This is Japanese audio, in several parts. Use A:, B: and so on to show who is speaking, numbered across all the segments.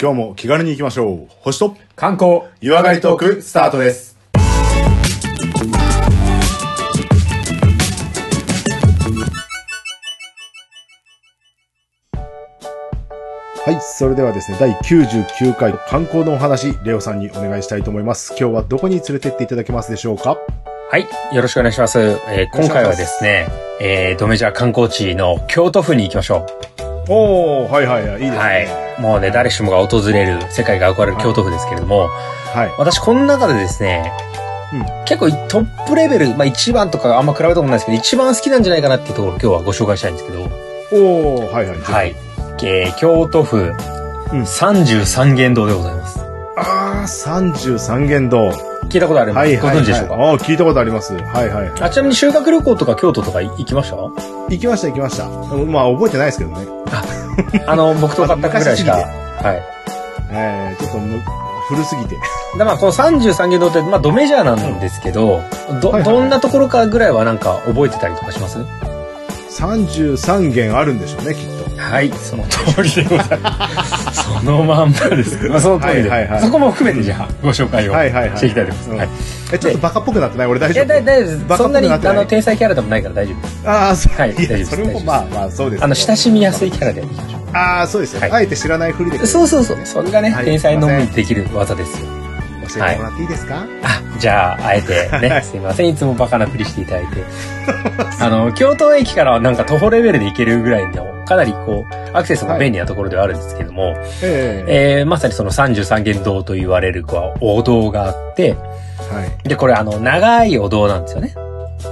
A: 今日も気軽に行きましょう。星と
B: 観光
A: 湯上がりトークスタートです。はい、それではですね、第99回観光のお話、レオさんにお願いしたいと思います。今日はどこに連れてっていただけますでしょうか
B: はい、よろしくお願いします。えー今回はですね、えー、ドメジャー観光地の京都府に行きましょ。
A: おー、はいはいはい、いいうです
B: はい
A: ね。。
B: もうね、誰しもが訪れる、世界が憧れる京都府ですけれども、
A: はい。
B: 私この中でですね、
A: うん
B: 結構トップレベル、まあ一番とかあんま比べたことないですけど、一番好きなんじゃないかなっていうところを今日はご紹介したいんですけど、
A: おー、はいはい。
B: はい。えー、京都府
A: うん
B: 33元堂でございます。
A: あー、33元堂。は
B: 聞いたことある
A: いはい、はい。
B: ご存知でしょうか、
A: あー、聞いたことあります。はいはい。
B: あちなみに修学旅行とか京都とか行きまし た
A: 行きました行きました。まあ覚えてないですけどね。
B: あの、僕と買ったぐらいしか。
A: まあ
B: はい。
A: えー、ちょっとむ古すぎて。
B: で、まあ、この33元堂って、まあ、ドメジャーなんですけど、ど、
A: はいはいはい
B: どんなところかぐらいはなんか覚えてたりとかします
A: 33件あるんでしょうね、きっと。
B: はい、その通りでございます。 そのまんまです。まあ、その通りで。
A: はいはいはい
B: そこも含めて、じゃあ、ご紹介を
A: はいはいはい
B: していきたいと思います。
A: うん
B: はい
A: え、ちょっとバカっぽくなってない俺大
B: い
A: 丈
B: や、
A: 夫
B: だ大丈夫です。
A: バカ
B: そ
A: っ
B: ん
A: ぽ
B: な
A: く
B: に、
A: な
B: あ
A: ってない
B: の、天才キャラでもないから大丈夫です。
A: ああ、そう。
B: はい
A: い
B: 大丈夫で
A: や、
B: す
A: それもまあまあそうですけど。
B: あの、親しみやすいキャラでいきましょ
A: ああ、そうですよ、
B: はい
A: あえて知らないふりで
B: う。そうそうそう。それがね、
A: はい
B: 天才の
A: すいま
B: み
A: せん
B: できる技ですよ。
A: 教えてもらっていいですか、
B: あ、じゃあ、あえてね、すいません、いつもバカなふりしていただいて。あの、京都駅からはなんか徒歩レベルで行けるぐらいの、かなりこう、アクセスも便利なところではあるんですけども、
A: ええ
B: えー、まさにその33間堂と言われるこうお堂があって、
A: はい。
B: で、これあの、長いお堂なんですよね。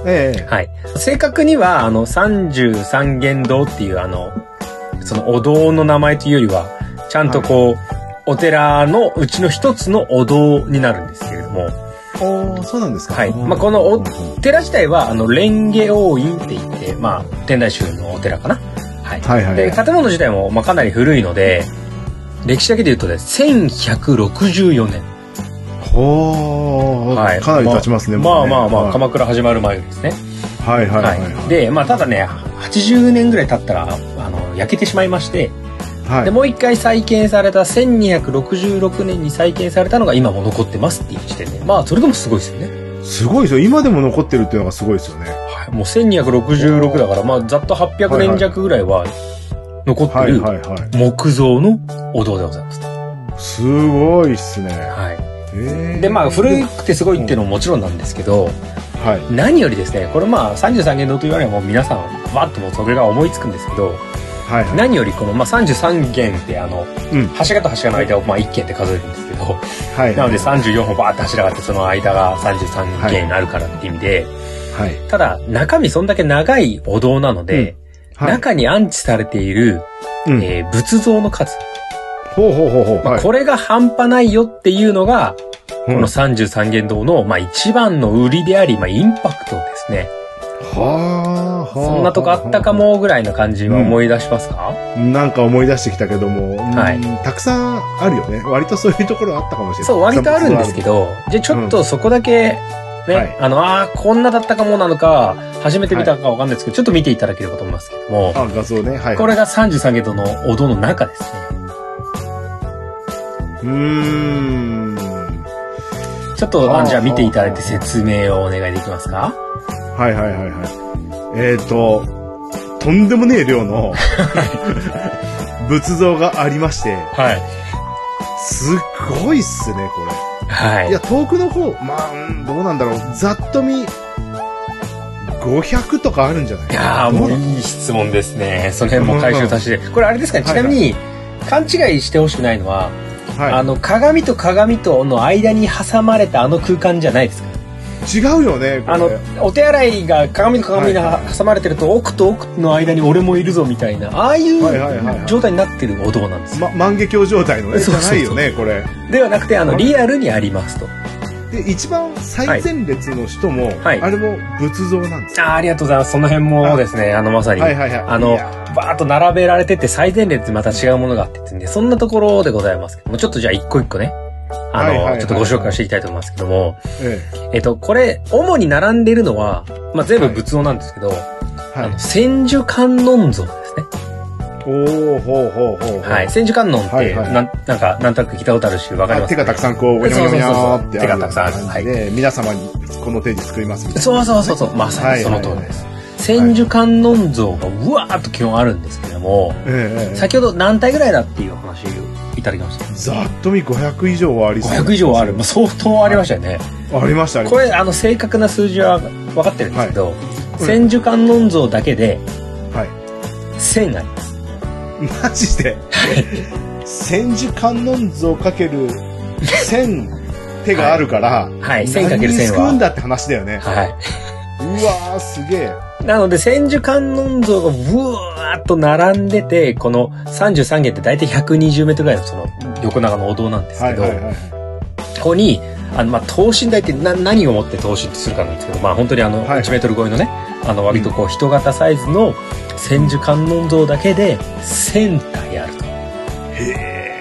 A: ええ
B: はい。正確には、あの、33間堂っていうあの、そのお堂の名前というよりは、ちゃんとこう、お寺のうちの一つのお堂になるんですけれども、
A: おーそうなんですか。
B: はい
A: うん
B: まあこのお
A: うんは
B: 寺自体は、あの、蓮華王院って言って、まあ、天台宗のお寺かな。はい。
A: いはい。
B: で、建物自体も、まあ、かなり古いので、歴史だけで言うとね、1164年。
A: ほー、
B: はい
A: かなり経ちますね。
B: ま
A: も
B: あ
A: うね
B: まあまあ、
A: はい
B: 鎌倉始まる前ですね。
A: はいはい
B: は
A: はいいはい。、
B: で、まあ、ただね、80年ぐらい経ったら、あの、焼けてしまいまして、
A: はい
B: で、もう一回再建された、1266年に再建されたのが今も残ってますっていう時点で、まあ、それでもすごいですよね。
A: すごいですよ。今でも残ってるっていうのがすごいですよね。
B: はい。もう1266だから、まあ、ざっと800年弱ぐらいは残って
A: はい
B: る
A: はいはい。
B: 木造のお堂でございます。
A: すごいっすね。
B: は
A: え
B: い。
A: え
B: で、まあ、古くてすごいっていうのももちろんなんですけど、
A: はい。
B: 何よりですね、これまあ、33元堂と言わればもう皆さん、わっともうそれが思いつくんですけど、
A: はいはい。
B: 何よりこの、まあ、33元ってあの、
A: うん
B: 柱と柱の間をまあ、1軒って数えるんですけど、
A: はい。
B: なので34本バーって柱があって、その間が33元あるからって意味で、
A: はい。
B: ただ、中身そんだけ長いお堂なので、
A: はい。
B: 中に安置されている、
A: うん
B: えー仏像の数、
A: ほうほうほうほう。
B: まあ
A: はい
B: これが半端ないよっていうのが、
A: うん
B: この33元堂の、まあ、一番の売りであり、まあ、インパクトですね。
A: はあ、はあ。
B: そんなとこあったかもぐらいな感じは思い出しますか、
A: なんか思い出してきたけども、うん
B: はい
A: たくさんあるよね。割とそういうところあったかもしれない。
B: そう、割とあるんですけど、じゃあちょっとそこだけ、ね、
A: はい
B: あの、ああ、こんなだったかもなのか、初めて見たかわかんないですけど、ちょっと見ていただければと思いますけども、
A: あ、画像ね。はい。
B: これが33ゲートのお堂の中ですね。
A: うーん。は
B: ちょっと、
A: あ
B: あ
A: ー
B: じゃあ見ていただいて説明をお願いできますか
A: いはいはいはい。えっ、ー、と、とんでもねえ量 の仏像がありまして、
B: はい。
A: すっごいっすね、これ。
B: はい
A: や、遠くの方、まあ、うんどうなんだろう。ざっと見、500とかあるんじゃない
B: いやーもう
A: どう
B: いい質問ですね。その辺も回収足しで。これあれですかね、ちなみに、勘違いしてほしくないのは、あ
A: は
B: の、鏡と鏡との間に挟まれたあの空間じゃないですか。
A: い。違うよね、これ。
B: あの、お手洗いが鏡と鏡に
A: はいは
B: 挟まれてると、奥と奥の間に俺もいるぞみたいな、ああいう
A: はいはいはいはい
B: 状態になってるお堂なんですよ。
A: ま、万華鏡状態のね、じ
B: そう
A: ゃ
B: そうそう
A: ないよね、これ。
B: ではなくて、あの、リアルにありますと。
A: で、一番最前列の人も、
B: はい
A: あれも仏像なんですよ。
B: あーありがとうございます。その辺もですね、あの、まさに。
A: はいはいはい。
B: あの
A: いや
B: バーッと並べられてて最前列にまた違うものがあってってんで、そんなところでございますけども、ちょっとじゃあ一個一個ね、あ
A: はい
B: の、
A: はいはいはい
B: ちょっとご紹介していきたいと思いますけども、
A: え
B: えっと、これ、主に並んでいるのは、まあ、全部仏像なんですけど、
A: え
B: あ
A: は
B: の、千手観音像です
A: い。
B: ね。
A: おおほうほうほうほう。
B: はい。千手観音って、
A: はいはい
B: なんなんか、なんとなく聞いたことあるし、わかり
A: あ
B: ます
A: 手がたくさんこう、おにょおにょおにょってあるような
B: そうそうそう手がたくさんある
A: 感じで、皆様にこの定時作りますみ たいな。
B: そうそうそうそう、まさにその通りです。千手観音像がうわーっと基本あるんですけども、
A: ええ
B: 先ほど何体ぐらいだっていうお話をいただきました。
A: ざっと見500以上はありそう。
B: 500以上はある。もう相当ありましたよね。
A: ありました、ありま
B: こ
A: し
B: れ、あの、正確な数字は分かってるんですけど、
A: いうん
B: 千手観音像だけで
A: た。はい。
B: 1000あります。
A: マジで千手観音像かける千手があるから、
B: はい、1000か
A: 何
B: ける
A: 人
B: 1000
A: 救うん
B: は。
A: だって話だよね。
B: はい。
A: うわー、すげえ。
B: なので、千手観音像がブワーっと並んでて、この33軒って大体120メートルぐらいのその横長のお堂なんです
A: は
B: け
A: い
B: ど、
A: はいはい。
B: ここに、あの、まあ、等身大ってな何をもって等身ってするかなんですけど、まあ、本当にあの、
A: はい
B: 1メートル超えのね、あの、割とこう、人型サイズの千手観音像だけで1000体あると。
A: へ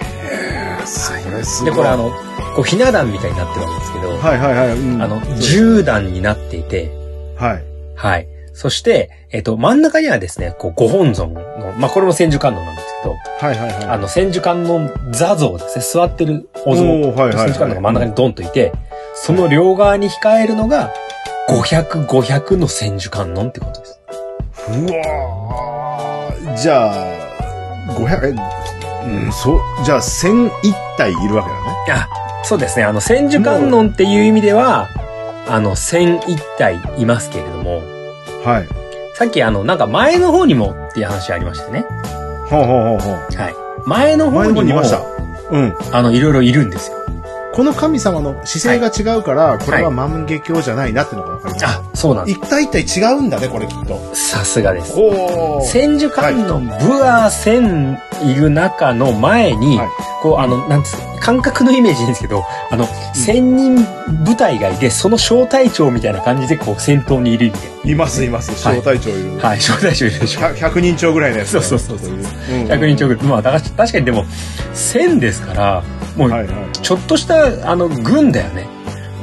A: え、それすご
B: で、
A: い。
B: これあの、こう、ひな壇みたいになってるわけですけど、
A: はいはいはい。うん
B: あの、
A: そうです
B: 10段になっていて、
A: はい。
B: はい。そして、えっと、真ん中にはですね、こう、ご本尊の、まあ、これも千手観音なんですけど、
A: はいはいはい。
B: あの、千手観音座像ですね、座ってるお像、
A: おーはいはいはい
B: 千手観音が真ん中にドンといて、その両側に控えるのが、500、500の千手観音ってことです。
A: うわーじゃあ、500、えうん、そう、じゃあ1001体いるわけだね。
B: あ、そうですね、あの、千手観音っていう意味では、あの、千一体いますけれども、
A: はい。
B: さっきあの、なんか前の方にもっていう話ありましたね。
A: ほうほうほうほ
B: はい。前の
A: う。
B: 方
A: 前
B: に
A: の
B: も、
A: 方にいました。うん。
B: あの、いろいろいるんですよ。
A: この神様の姿勢が違うから、これは万華鏡じゃないなってのがわかります。
B: あ、そうなんで
A: 一体一体違うんだね、これきっと。
B: す。さすがです。
A: おー。
B: 千手観音、ブアー千いる中の前に、
A: はい
B: こう、あの、なんつう、感覚のイメージですけど、あの、千人部隊がいて、その小隊長みたいな感じで、こう、先頭にいるみたい
A: います、います。
B: はい
A: 小隊長いる。
B: な。はい、小隊長いるでしょ。
A: 100 100人超ぐらいのやつ、
B: そうそうそうそう
A: うん
B: 100人超ぐらい。まあ、だから確かにでも、千ですから、も
A: は
B: う、
A: いは
B: ちょっとした、あの、軍だよね。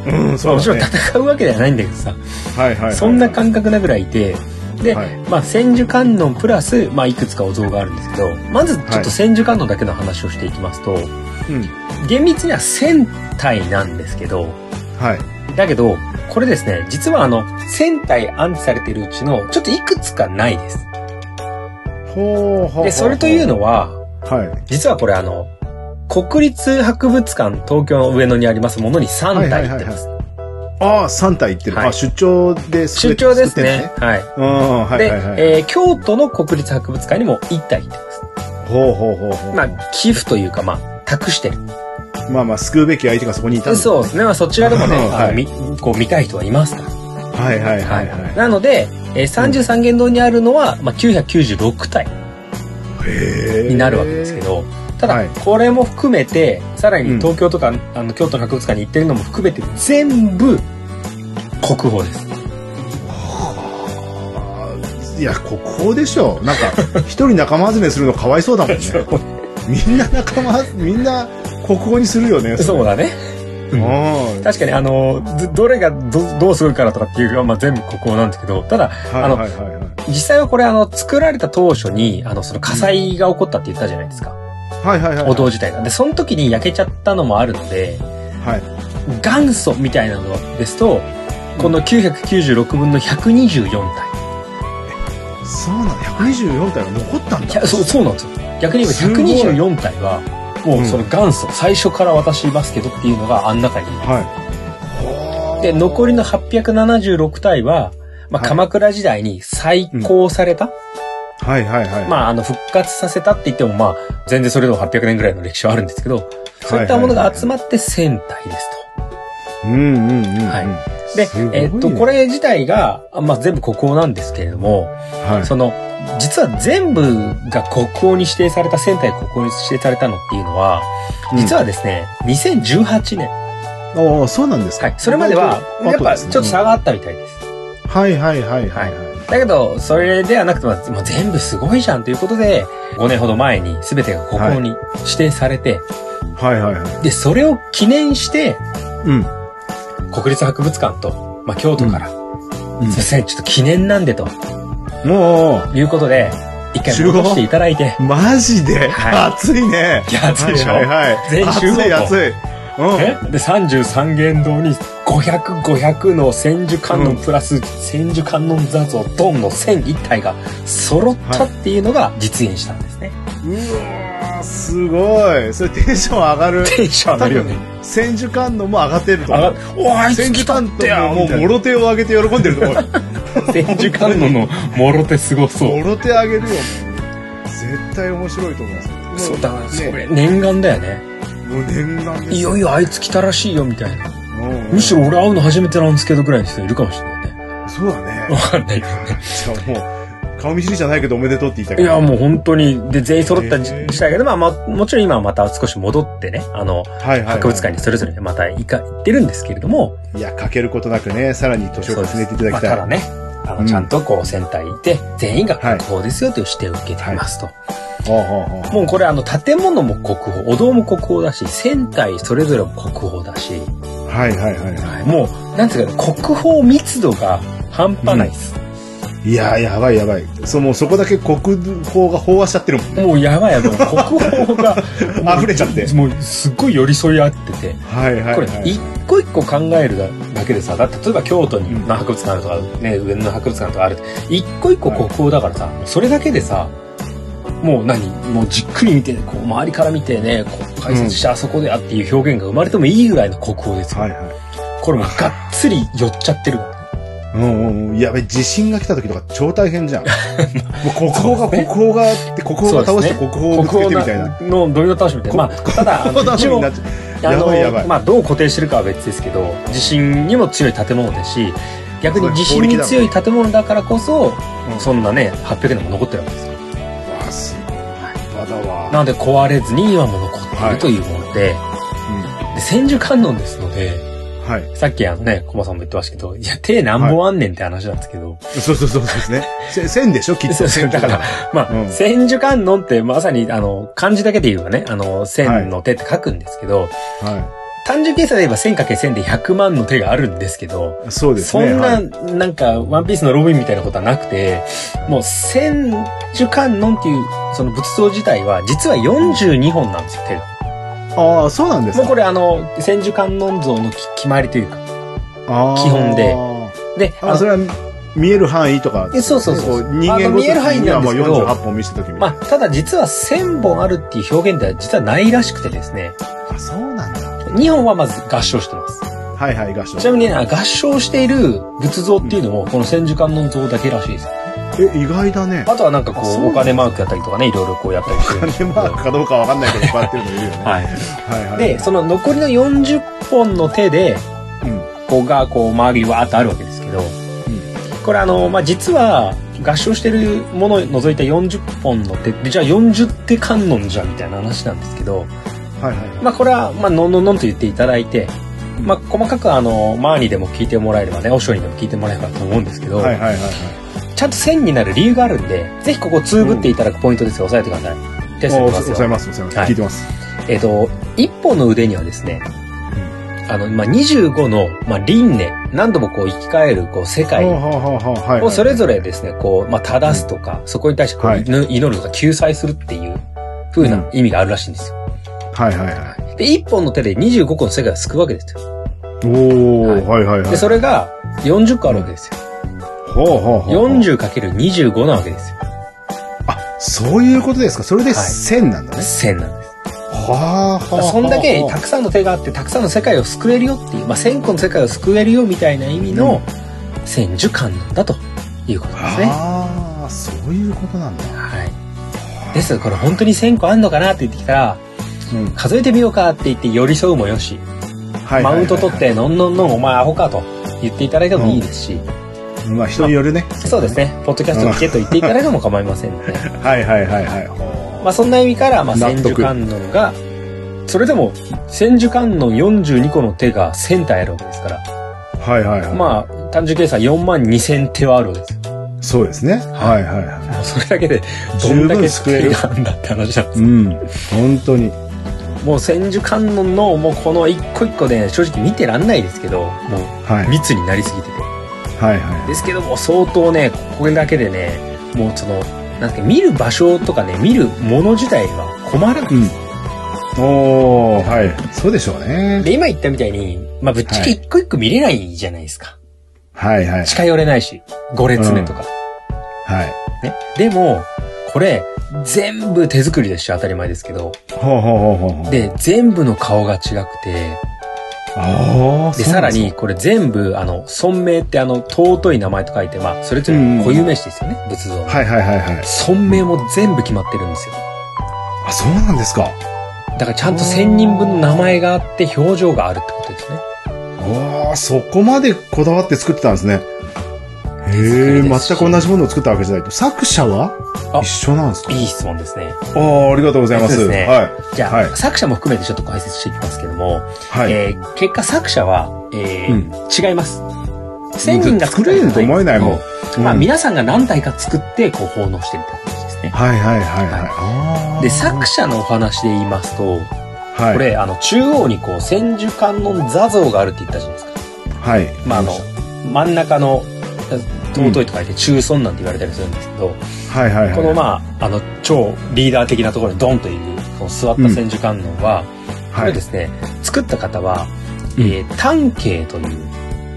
A: い。うん、そう
B: もち
A: だ
B: ろん
A: ね。
B: 戦うわけではないんだけどさ、
A: はいはいはい。
B: そんな感覚なぐらいいて、で、
A: はい
B: まあ、千手観音プラス、まあ、いくつかお像があるんですけど、まずちょっと千手観音だけの話をしていきますと、
A: うん。
B: 厳密には千体なんですけど、
A: はい。
B: だけど、これですね、実はあの、千体安置されてるうちの、ちょっといくつかないです。
A: ほうほう。
B: で、それという
A: の
B: のは、
A: はい。
B: 実はこれあの、国立博物館東京の上野にありますものに3体入ってます。
A: ああ、3体行ってる。
B: はい
A: あ、出張でそれ
B: 出張です
A: 作
B: ね
A: っ。
B: はい。
A: てんのね。うん、はい
B: で、
A: はいはい。
B: えー京都の国立博物館にも1体入ってます。
A: ほうほうほうほう。
B: ま
A: ま
B: あ、寄付というか、まあ、託してる。
A: あ、まあまあ、救うべき相手がそこにいたんだ
B: そうですね。まあ、そちらでもね、
A: はい
B: あのみこう見たい人はいますから。
A: はいはいはいはい。
B: なので、えー、33元堂にあるのは、まあ、996体
A: へえ
B: になるわけですけ。ど、た
A: はい
B: だ、これも含めて、さら
A: う
B: に
A: ん
B: 東京とか、あの京都の博物館に行ってるのも含めて、全部、国宝です。
A: はあいや、国宝でしょ。なんか、一人仲間集めするのかわいそう だもんね。みんな仲間、みんな国宝にするよね。
B: そうだね。
A: う。
B: うんん
A: はい
B: 確かに、あの、どどれがどどうすごいからとかっていうのは、まあ、全部国宝なんですけど、ただ、
A: はいはいはい。
B: 実際はこれ、あの、作られた当初に、あの、その火災が起こったって言ったじゃないですか。
A: はいはいはい。
B: お堂自体が。で、その時に焼けちゃったのもあるので、
A: はい。
B: 元祖みたいなのですと、この996分の124
A: そうなの、124体が残ったん
B: 体。
A: だ。
B: そう、そうなんですよ。逆に
A: すごい
B: 言えば124体は、もうその元祖、最初から私いますけどっていうのがあん中に。
A: はい。
B: で、残
A: り、
B: りの876体は、まあ、
A: はい
B: 鎌倉時代に再興された、
A: はいはいはい。
B: まあ、あの、復活させたって言っても、まあ、全然それでも800年ぐらいの歴史はあるんですけど、そういったものが集まって1000体ですと。
A: うんうんうんうん。
B: はいで、えっと、こ
A: れ、
B: れ自体が、あまあ、全部国宝なんですけれども、
A: はい。
B: その、実は全部が国宝に指定された、仙台国宝に指定されたのっていうのは、実
A: は、
B: はですね、2018年。
A: おーそうなんですか。
B: はい。それまでは、やっぱちょっと差
A: が。
B: があったみたいです。
A: はいはいはいはいはい。
B: だけど、それではなくて、まあもう全部すごいじゃんということで、5年ほど前に全てが国宝に指定されて、
A: はいはいはい。
B: で、それを記念して、
A: うん。
B: 国立博物館と、まあ、京都から、
A: うん
B: すいません、ちょっと記念なんでと
A: もう、
B: いうことで、一回戻していただいて、
A: マジで、
B: はい
A: 暑いね。
B: いや暑いでしょ
A: はいはいはい
B: 全員集合
A: 暑い暑い。うん。
B: えで、33元堂に500、500の千手観音プラス千手観音座像ドンの千一体が揃ったっていうのが実現したんですね。
A: うわーすごい。それテンション上がる。
B: テンション上がるよね。
A: 千手観音も上がってると思
B: あ
A: う。
B: おーあいつ
A: 千手
B: 来た
A: 観
B: って
A: 音
B: や
A: ももうもろ手を上げて喜んでると 思う。
B: 千手観音のもろ手すごそ
A: も
B: う。
A: ろ手上げるよ。もう絶対面白いと思う。
B: そうだから、そ
A: ね
B: れ念願だよね。
A: もう念願です
B: いよいよあいつ来たらしいよみたいな。
A: うん
B: むしろ俺会うの初めてなんですけどぐらいの人いるかもしれないね。
A: そうだね。
B: わかんないけどね。
A: じゃあもう、顔見知りじゃないけどおめでとうって言った
B: い
A: けど。
B: や、もう本当に、で、全員揃った時
A: へー
B: 代だけど、まあ、まあ、もちろん今はまた少し戻ってね、あの、
A: はいはいはい
B: 博物館にそれぞれまた行か行ってるんですけれども、
A: いや、かけることなくね、さらに年を重ねていただ
B: まあ
A: きた
B: た
A: い。
B: だね、あ
A: う
B: の、
A: ん
B: ちゃんとこう、船体いて、全員が国宝ですよという視点を受けていますと。
A: ほうほうほう
B: もうこれあの、建物も国宝、お堂も国宝だし、船体それぞれも国宝だし、
A: はいはいはいは
B: もう、なんていうか、国宝密度が半端ないです。
A: い。いやー、やばいやばい。その、そこだけ国宝が飽和しちゃってるもんね。
B: もうやばいやばい。国宝が、
A: 溢れちゃって。
B: もうすっごい寄り添い合ってて、
A: はいはい、はい。
B: これ一個一個考えるだけでさだって例えば京都に
A: うん
B: の博物館とか、ね、上野の博物館とかある一個一個
A: はい
B: 国宝だからさ、それだけでさもう何もうじっくり見てこう周りから見てねこう解説して、あそこであっていう表現が生まれてもいいぐらいの国宝ですよ、
A: はいは
B: これもうがっつり寄っちゃってる
A: い。うんうんうん。やべ、地震が来た時とか超大変 じゃん。もう国宝が、
B: そうですね
A: 国宝があって、国宝が倒して国宝をぶつけてみたいな。
B: のどういう倒しみたいな、まあ、 ただあ
A: 国
B: の
A: 宝倒
B: 一
A: しに
B: 応
A: なっちゃう
B: あ
A: やばいやばい
B: の、まあ、どう固定してるかは別ですけど、地震にも強い建物ですし、逆に地震に強い建物だからこそ、
A: うん
B: そんなね、800年も残ってるわけですよ。
A: わあ、すごい。バだ
B: な
A: わ。
B: ので壊れずに今も残っているというもので、で千手観音ですので、
A: うん。はい。
B: さっきあのね、コバさんも言ってましたけど、いや、手何本あんねんって話なんですけど、
A: そうそうそうそうですね。せ、線でしょきっと。
B: そうそうだから、まあ、
A: うん
B: 千手観音ってまさに、あの、漢字だけで言えばね、あの、千の手って書くんですけど、
A: は
B: 単純計算で言えば千 ×1000 で100万の手があるんですけど、
A: い。そうです
B: そ
A: ね。
B: ん
A: は
B: な、
A: い
B: なんか、ワンピースのロビンみたいなことはなくて、もう、千手観音っていう、その仏像自体は、実は42本なんですよ、手が。
A: ああ、そうなんです
B: もう
A: か。
B: これ、あの、千手観音像のき決まりというか。
A: あー
B: 基本でで、
A: あ
B: の
A: それは見える範囲とか、
B: えそうそうそう
A: こ人間ごと
B: あ見える範囲
A: に
B: な
A: は
B: んで
A: もう
B: すけど
A: 48本見せた時みた
B: ま
A: い
B: あ、ただ実は千本あるっていう表現では実はないらしくてですね、
A: な。あ、そうなんだ。
B: 2本はまず合唱してます。
A: はいはい、合唱。
B: ちなみにね、合唱している仏像っていうのも、この千手観音像だけらしいです。
A: え、意外だね。
B: あとはなんかこ
A: あそうな
B: う、お
A: んだ
B: 金マークやったりとかね、いろいろこうやったりしてるんですけ
A: 金
B: ど。
A: マークかどうかわかんないけど、こうやってるのいるよね。
B: はい。
A: はいはい。
B: で、その残りの40本の手で、
A: うん
B: こうが、こう、周りわーっとあるわけですけど、これあの、まあ、実は、合唱してるものを除いた40本の手で、じゃあ40手観音じゃんみたいな話なんですけど、
A: はいはい。
B: まあ、これは、まあ、のんのんのんと言っていただいて、
A: うん
B: まあ、細かくあの、マーにでも聞いてもらえればね、オショにでも聞いてもらえればと思うんですけど、
A: はいはいはいはい。
B: ちゃんと線になる理由があるんで、ぜひここつぶっていただくポイントですよ、押さえてください。テスト
A: お
B: に
A: お
B: 行きます
A: 抑
B: よ
A: え。ます、抑えます。
B: はい
A: 聞いてます。
B: えっ、と、一本の腕にはですね、あの、まあ、25の、まあ、輪廻、何度もこう生き返る、こう、世界
A: ほうほうほうほうはいは
B: を
A: い。
B: それぞれですね、こう、まあ、正すとか、そこに対してこう、
A: はい
B: 祈祈るとか救済するっていう風な意味があるらしいんですよ。
A: はいはいはい。
B: で、一本の手で25個の世界を救うわけですよ。
A: お
B: は
A: ー、
B: い
A: はいはいはい。
B: で、それが40個あるわけですよ。
A: ほうほうほうほう。
B: 40×25 なわけですよ。
A: あ、そういうことですか。それで
B: はい
A: 1000なんだね。
B: 1000なんです。
A: はあ、はあ。
B: そんだけ
A: はあ
B: たくさんの手があって、たくさんの世界を救えるよっていう、まあ、1000個の世界を救えるよみたいな意味の、千手観音だということですね。
A: ああ、そういうことなんだ。
B: はい。ですからこれ本当に1000個あんのかなって言ってきたら、
A: うん。
B: 数えてみようかって言って寄り添うもよし、
A: は
B: マウント取っ。て、のんのんのんお前アホかと言っていただいてもいいですし、
A: まあ人によるね。
B: そうですね、ポッドキャスト聞けと言っていただいても構いませんので、
A: はいはいはいはい。
B: まあそんな意味から、まあ千
A: 納
B: 手
A: 得
B: 観音が、それでも千手観音42個の手が1000体あるわけですから、
A: はいはいはい。ま
B: まあ単純計算4万2000手はあるわけですよ。
A: あ、そうですね。はいはいは
B: もうそれだけで、どん
A: 十
B: だけ
A: 分救え
B: 救い
A: る
B: があるんだって話なんです
A: い。うん。本当に。
B: もう千手観音のもうこの一個一個で正直見てらんないですけど、もう
A: はい。
B: 密になりすぎてて。
A: はいは
B: ですけども相当ね、これだけでね、もうそのなんですけど見る場所とかね見るもの自体は困らない、
A: うん。おー、はい。そうでしょうね。
B: で今言ったみたいに、まあ、ぶっちゃけ一個一個見れないじゃないですか、
A: はいはい。
B: 近寄れないし5列目とか、
A: はい。
B: ねでもこれ全部手作りですし当たり前ですけど
A: ほうほうほうほうほう。、
B: で全部の顔が違くて
A: あー
B: で、さら、に、これ全部、あの、尊名って、あの、尊い名前と書いて、まあ、それぞれ固有名詞ですよね、仏像
A: そうなんですね。はいはいはいはい。
B: 尊名も全部決まってるんですよ。
A: あ、そうなんですか。
B: だから、ちゃんと1000人分の名前があって、表情があるってことですね。
A: おー、そこまでこだわって作ってたんですね。へえ、
B: 手作り
A: 全
B: ですし
A: く同じものを作ったわけじゃないと。作者は
B: あ
A: 一緒なんですか
B: いい質問ですね。
A: あー、ありがとうございます。
B: そうですね
A: はい。
B: じゃあ、
A: はい
B: 作者も含めてちょっと解説していきますけども、
A: はい。
B: えー結果作者は、えー
A: うん
B: 違います。1000人が
A: 作れると思えないもん。うん
B: まあ、皆さんが何体か作って、こう、奉納してるって感じですね。
A: はいはいはい
B: は
A: はいい。あー
B: で、作者のお話で言いますと、
A: はい。
B: これ、あの、中央にこう、千手観音座像があるって言ったじゃないですか。
A: はい。
B: まあ、あの
A: は、
B: 真ん中の、尊いと書いて中尊なんて言われたりするんですけ
A: い
B: ど、
A: はいはい。
B: このまあ、あの、超リーダー的なところにドンという、この座った千手観音は、こ
A: は
B: れ
A: い
B: で。すね、作った方は、
A: うん
B: えー、丹慶という、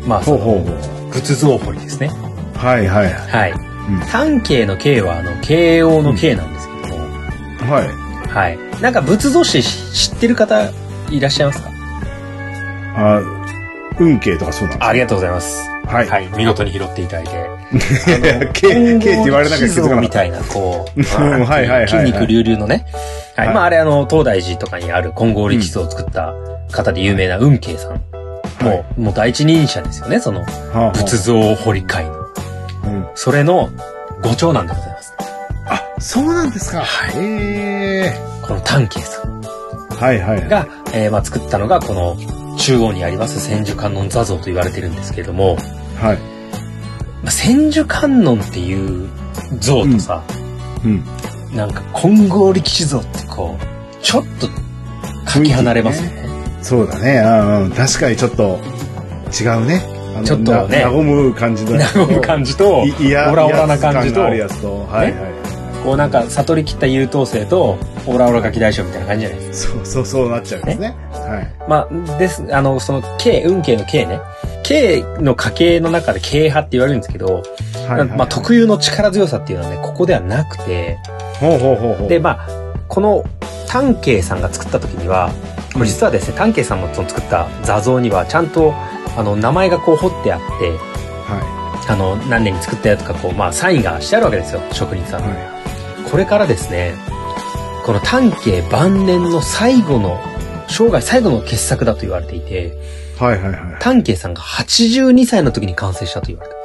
B: まあ、
A: ほ
B: そう
A: ほう
B: の、
A: ほ
B: 仏像彫りですね。
A: う。はいはい。は
B: はい。丹慶の慶は、あの、慶応の慶なんですけども、
A: い。
B: はい。なんか仏像史知ってる方いらっしゃいますか
A: あ、運慶とかそうなんで
B: ありがとうございます。
A: すか はい。
B: はい、見事に拾っていただいて。
A: や慶慶って言われなきゃ気づかなかった
B: みたいな、こ う、
A: うんはいはいはいはい
B: 筋肉隆々のね。はい。
A: はい
B: まあ、あれ、あの、東大寺とかにある金剛力士を作った方で有名な運慶さん。もう、もう第一人者ですよね、その、
A: はあはあ
B: 仏像掘り会の。
A: うん
B: それの、ご長男でございます。
A: あ、そうなんですか。
B: はい
A: ええ。
B: この丹慶さん
A: はいはい。
B: が、えーまあ、作ったのが、この、中央にあります千手観音座像と言われてるんですけれども、
A: はい。
B: まあ千手観音っていう像とさ、
A: うん。
B: なんか金剛力士像ってこうちょっとかき離れますよね
A: そうだね。うんうん。確かにちょっと違うね。あの
B: ちょっとね
A: な和む感じだ
B: 和む感じと
A: いいや、
B: オラオラな感じ
A: 威圧
B: と
A: 感があるやつと。はいはい。
B: こうなんか悟り切った優等生とオラオラガキ大将みたいな感じじゃないです
A: そうそう、そうなっちゃうんですね。はい。
B: かまあですあのその K 運慶の K ね K の家系の中で K 派って言われるんですけど、
A: はいはい。
B: まあ、特有の力強さっていうのはねここではなくて
A: ほうほうほうほう。
B: でまあこの丹慶さんが作った時にはこれ実はですね丹慶さんのその作った座像にはちゃんとあの名前がこう彫ってあって
A: は
B: あの、何年に作ったよとか、こう、まあ、サインがしてあるわけですよ、職人さ
A: い。
B: んの。
A: は
B: これからですね、この丹慶晩年の最後の、生涯最後の傑作だと言われていて、
A: い。はいはいはい。
B: 丹慶さんが82歳の時に完成したと言われて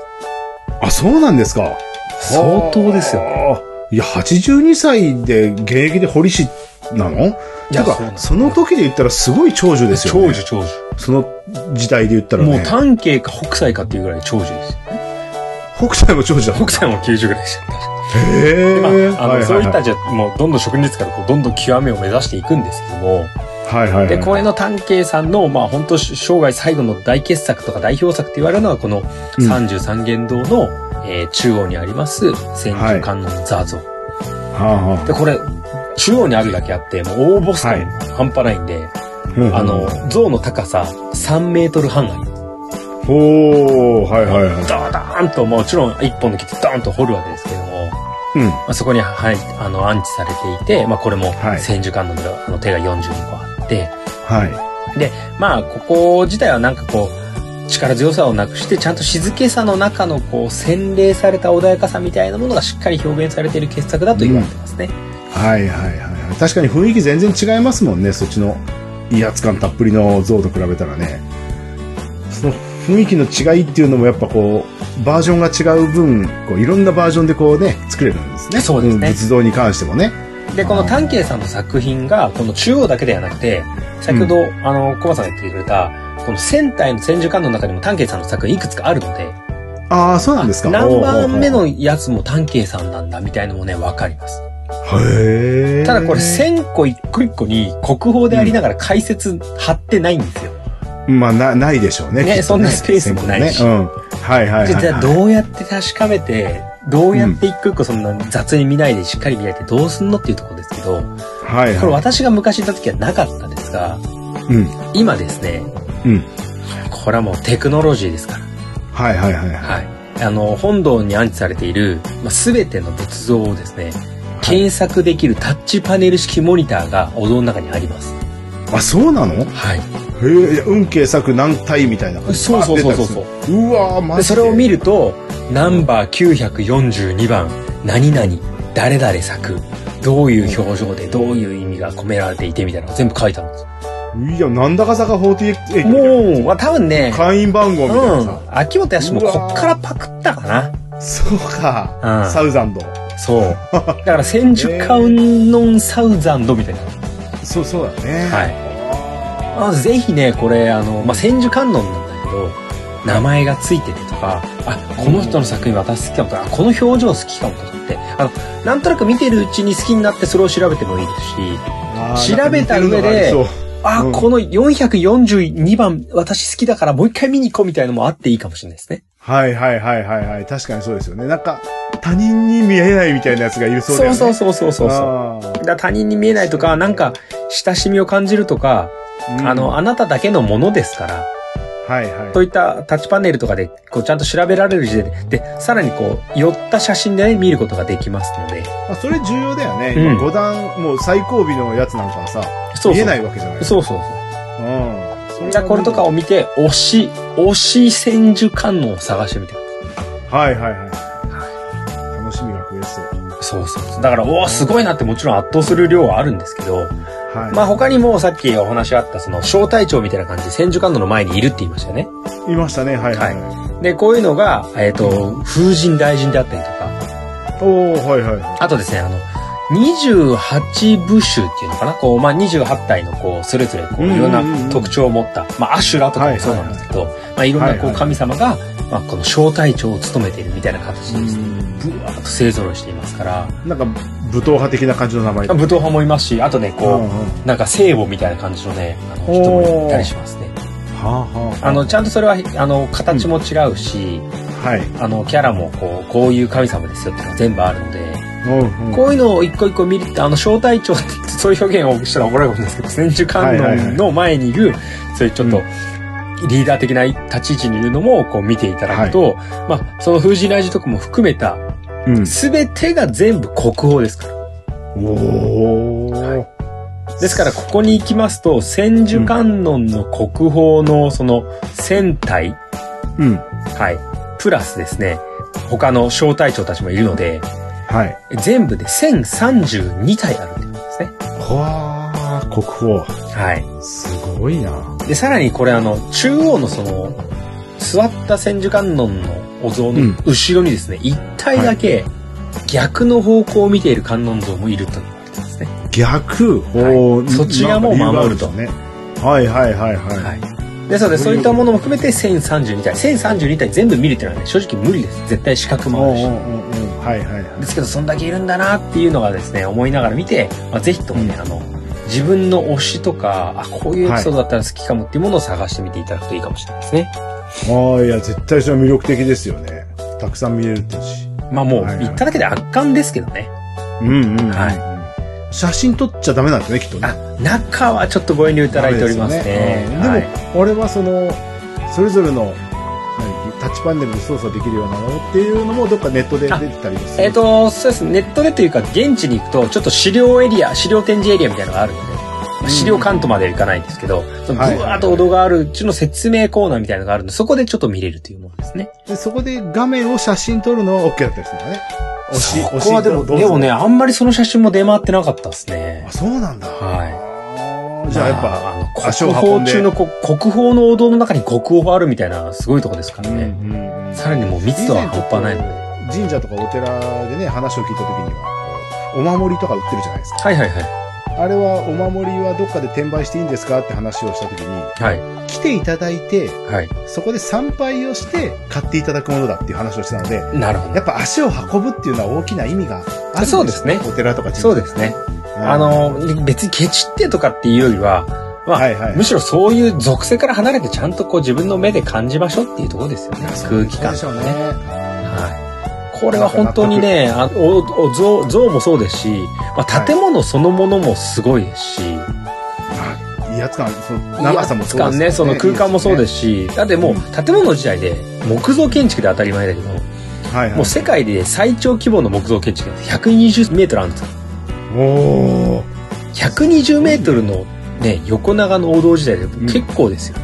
B: ま
A: あ、そうなんですか。
B: す。相当ですよ。
A: よ。いや、82歳で現役で堀師なの
B: いや
A: てか
B: そうなんです
A: その時で言ったらすごい長寿ですよ、ね。。
B: 長寿。
A: その時代で言ったら
B: も
A: ね。
B: う丹慶か北斎かっていうぐらい長寿ですよ。
A: 北斎も長寿だ。
B: 北斎も90ぐらいでした。
A: へ
B: で、
A: え。
B: まあ、あ
A: は
B: の、
A: は
B: そういったじゃ、もうどんどん職人ですから、こう、どんどん極めを目指していくんですけども、
A: はいはいはい。
B: で、これの丹慶さんの、まあ本当生涯最後の大傑作とか代表作って言われるのは、この
A: うん
B: 三十三間堂の、えー中央にあります千手観音座像。
A: はあは
B: で、これ、中央にあるだけあって、もう応募ス
A: はい
B: 半端ないんで、
A: あ。
B: あの、像の高さ3メートル半あります。
A: ほー、はいはいはい。
B: ドーンと、もちろん一本の木でドーンと掘るわけですけども、
A: うん。
B: まあ、そこに、はい、あの、安置されていて、まあこれも
A: はい
B: 千手観音のあの手が42個あって、
A: は
B: まあ、ここ自体はなんかこう、力強さをなくして、ちゃんと静けさの中のこう、洗練された穏やかさみたいなものがしっかり表現されている傑作だと言われてますね。
A: い。はいはいはい。確かに雰囲気全然違いますもんね、そっちの威圧感たっぷりの像と比べたらね。その雰囲気の違いっていうのもやっぱこう、バージョンが違う分、こういろんなバージョンでこうね、作れるんですね。
B: そうですね
A: ん仏像に関してもね。
B: で、この丹慶さんの作品が、この中央だけではなくて、先ほど、あの、コマさんが言ってくれた、この仙体の千手観音の中にも丹慶さんの作品いくつかあるので、
A: ああ、そうなんですか。
B: 何番目
A: ほ
B: のやつも丹慶さんなんだみたいのもね、わかります。
A: うほうほうへえ。
B: ただこれ、1000個一個一個に国宝でありながら解説貼ってないんですよ。
A: まあ、な、ないでしょうね。
B: ね
A: きっと
B: そんなスペースもないし
A: ねうん。はいはいはいはい。
B: じゃあどうやって確かめてどうやって一個一個そんな雑に見ないでしっかり見ないってどうすんのっていうところですけど、
A: はい
B: これ
A: は
B: 私が昔いた時はなかったですが、
A: い。うん。
B: 今ですね、
A: うん。
B: これはもうテクノロジーですから。
A: はいはいはいはい。
B: はい。あの、本堂に安置されている、まあ、全ての仏像をですね、
A: はい
B: 検索できるタッチパネル式モニターがお堂の中にあります。
A: あ、そうなのへ
B: はい。
A: え、いや運慶作何体みたいな感じ
B: そうそうそうそう
A: バーって出たりするうわー、マジ
B: で
A: で。
B: それを見ると、ナンバー942番、何々、誰々作、どういう表情でどういう意味が込められていてみたいなのが全部書いてあるんですよ。
A: いや、なんだか坂48駅みたいな。
B: もう、まあ、多分ね、
A: 会員番号みたいな
B: うん、秋元康も
A: うわ
B: こっからパクったか
A: さ。そうか。
B: な。うん。
A: サウザンド。
B: そう。だから千手観音サウザンドみたいな。
A: そうそうだね。
B: はい。あぜひね、これ、あの、まあ、千手観音なんだけど、名前がついててとか、あ、この人の作品私好きかもとか、あこの表情好きかもとかって、あの、なんとなく見てるうちに好きになってそれを調べてもいいですし、
A: あー
B: 調べた
A: な
B: 上で
A: んか似てるのがありう
B: あ、
A: ん
B: この442番私好きだからもう一回見に行こうみたいのもあっていいかもしれないですね。
A: そうはいはいはいはいはい。確かにそうですよね。なんか、他人に見えないみたいなやつがいるそうだよね。
B: そうそうそうそうそう。
A: あー
B: だから他人に見えないとか、なんか、親しみを感じるとか、
A: うん
B: あの、あなただけのものですから、
A: はいはい。
B: そういったタッチパネルとかで、こう、ちゃんと調べられる時点で、で、さらにこう、寄った写真でね、見ることができますので。
A: まあ、それ重要だよね。
B: うん
A: 今五段、もう最後尾のやつなんかはさ、見えないわけじゃない
B: そうそうそう。
A: うん。
B: じゃあ、これとかを見て、推し、推し千手観音を探してみてくだ
A: はいはいはい。楽しみが増えそう。
B: さい。そうそうそう。だから、おおすごいなってもちろん圧倒する量はあるんですけど、
A: はい。
B: まあ他にもさっきお話あった、その、小隊長みたいな感じで千手観音の前にいるって言いましたよね。
A: いましたね、はいはい。
B: で、こういうのが、えっ、と、風神大神であったりとか、
A: おー、はいはいはい。
B: あとですね、あの、28部首っていうのかなこう、まあ、28体のこう、それぞれこう、
A: うんうん
B: い
A: うんう
B: ろ
A: ん
B: んな特徴を持った、まあ、アシュラとかもそうなんですけど、まあ、いろんな
A: はい
B: こ
A: は
B: う、
A: い
B: 神様が、まあ、この小隊長を務めているみたいな形でですね、
A: うん
B: ぶわーっと勢揃いしていますから、
A: なんか、武闘派的な感じの名前。
B: 武闘派もいますし、あとね、
A: うんうん
B: こ
A: は
B: う、なんか聖母みたいな感じのね、あの、人もいたりしますね。
A: あは
B: あの、ちゃんとそれは、あの、形も違うし、
A: はい。
B: あの、キャラもこう、こういう神様ですよっていうのが全部あるの
A: う
B: で、
A: んうん
B: こういうのを一個一個見るって、あの、小隊長ってそういう表現をしたらおもろいことですけど、千手観音の前にいる、そういうちょっと、リーダー的な立ち位置にいるのも、こう見ていただくと、まあ、その風神雷神とかも含めた、
A: うん。
B: すべてが全部国宝ですから。
A: おー。
B: ですから、ここに行きますと、千手観音の国宝の、その、千体、
A: うん。
B: はい、プラスですね、他の小隊長たちもいるので、
A: はい。
B: 全部で1032体あるってことですね。
A: はあ、国宝。
B: はい。
A: すごいな。
B: で、さらにこれあの、中央のその、座った千手観音のお像
A: う
B: の
A: ん
B: 後ろにですね、一体だけ逆の方向を見ている観音像もいると言われてますね。
A: 逆、ほう、
B: そちらも守ると
A: なんか理由があるんですね。はいはいはいはい。
B: はい。ですので、そういったものも含めて1032体。1032体全部見るっていうのはね、正直無理です。絶対視覚もある
A: う
B: し。
A: んうんうんうんはいはいはい。
B: ですけど、そんだけいるんだなっていうのがですね、思いながら見て、まあ、ぜひともね、
A: う
B: あの、自分の推しとか、あ、こういうエピソードだったら好きかもっていうものを探してみていただくといいかもしれないですね。
A: ああ、いや、絶対それは魅力的ですよね。たくさん見れるってし。
B: まあもう、
A: はいはい
B: 言っただけで圧巻ですけどね。
A: うんうん。。
B: はい
A: 写真撮っちゃダメなんですね、きっとね。
B: あ、中はちょっとご遠慮いただいておりますね。
A: ダメですよねうんでも、俺はその、それぞれの、何タッチパネルで操作できるようなのっていうのも、どっかネットで出てたりもす
B: えっ、
A: る。
B: と、そうですね。ネットでというか、現地に行くと、ちょっと資料エリア、資料展示エリアみたいなのがあるので、まあ資料カントまでは行かないんですけど、その
A: はい
B: ブワーっとお堂があるうちの説明コーナーみたいなのがあるんで、そこでちょっと見れるというものですね。
A: で、そこで画面を写真撮るのは OK だったりするのね。推し
B: そこはでも、
A: 推しとどう
B: で
A: ぞ
B: もね、あんまりその写真も出回ってなかったですね
A: あ、。そうなんだ。
B: はい。
A: いじゃあやっ
B: まあ
A: ぱ、
B: あの、
A: 足を
B: 国
A: 運ん
B: 宝
A: で
B: 中のこ国宝のお堂の中に国宝があるみたいな、すごいとこですからね。
A: うんうん
B: さらにもう密度は半端ないので。
A: 神社とかお寺でね、話を聞いた時には、こうお守りとか売ってるじゃないですか。
B: はいはいはい。
A: あれは、お守りはどっかで転売していいんですかって話をした時に、
B: はい。
A: 来ていただいて、
B: はい。
A: そこで参拝をして買っていただくものだっていう話をしてたので、
B: なるほど
A: や。っぱ足を運ぶっていうのは大きな意味があるんですよ
B: そうですね
A: お寺とか神社
B: そうですね。
A: うん
B: あの、別にケチってとかっていうよりは、まあ、
A: はいはい
B: むしろそういう属性から離れてちゃんとこう自分の目で感じましょうっていうところですよね。空気
A: そう
B: 感
A: でしょ
B: と
A: う
B: か
A: ね。
B: ね。
A: は
B: はい。これは本当にね、あおお像像もそうですし、まあ、
A: はい
B: 建物そのものもすごいですし、
A: あ威圧感、その長さもそうですよ
B: ね、その空間もそうですすし、だってもう建物自体で木造建築で当たり前だけど、
A: よね。はいはい。
B: もう世界で最長規模の木造建築です。120メートルあるんですよ。
A: おー
B: 120メートルのね、横長の王道時代で結構ですよ。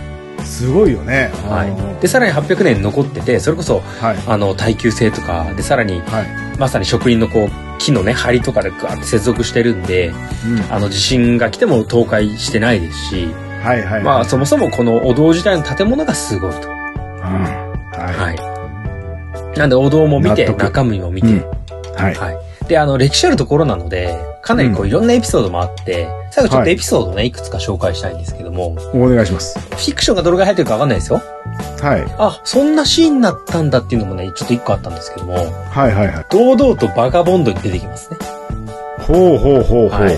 A: すごいよね。
B: はい。で、さらに800年残ってて、それこそ、
A: はい。
B: あの、耐久性とか、で、さらに、
A: はい。
B: まさに職人のこう、木のね、梁とかでガーって接続してるんで、
A: うん
B: あの、地震が来ても倒壊してないですし、
A: はいはい。
B: まあ、そもそもこのお堂時代の建物がすごいと。
A: うんは
B: はい。なんで、お堂も見て、
A: 納得
B: 中身も見
A: い。う
B: て、
A: んはい。
B: はい。で、あの、歴史あるところなので、かなりこ
A: う
B: う、いろんなエピソードもあって、最後ちょっ
A: は
B: と
A: い
B: エピソードをね、いくつか紹介したいんですけども、
A: お願いします。
B: フィクションがどれぐらい入ってるかわかんないですよ。
A: はい。
B: あ、そんなシーンだったんだっていうのもね、ちょっと一個あったんですけども、
A: はいはいはい。
B: 堂々とバガボンドに出てきますね。
A: ほうほうほうほう。
B: は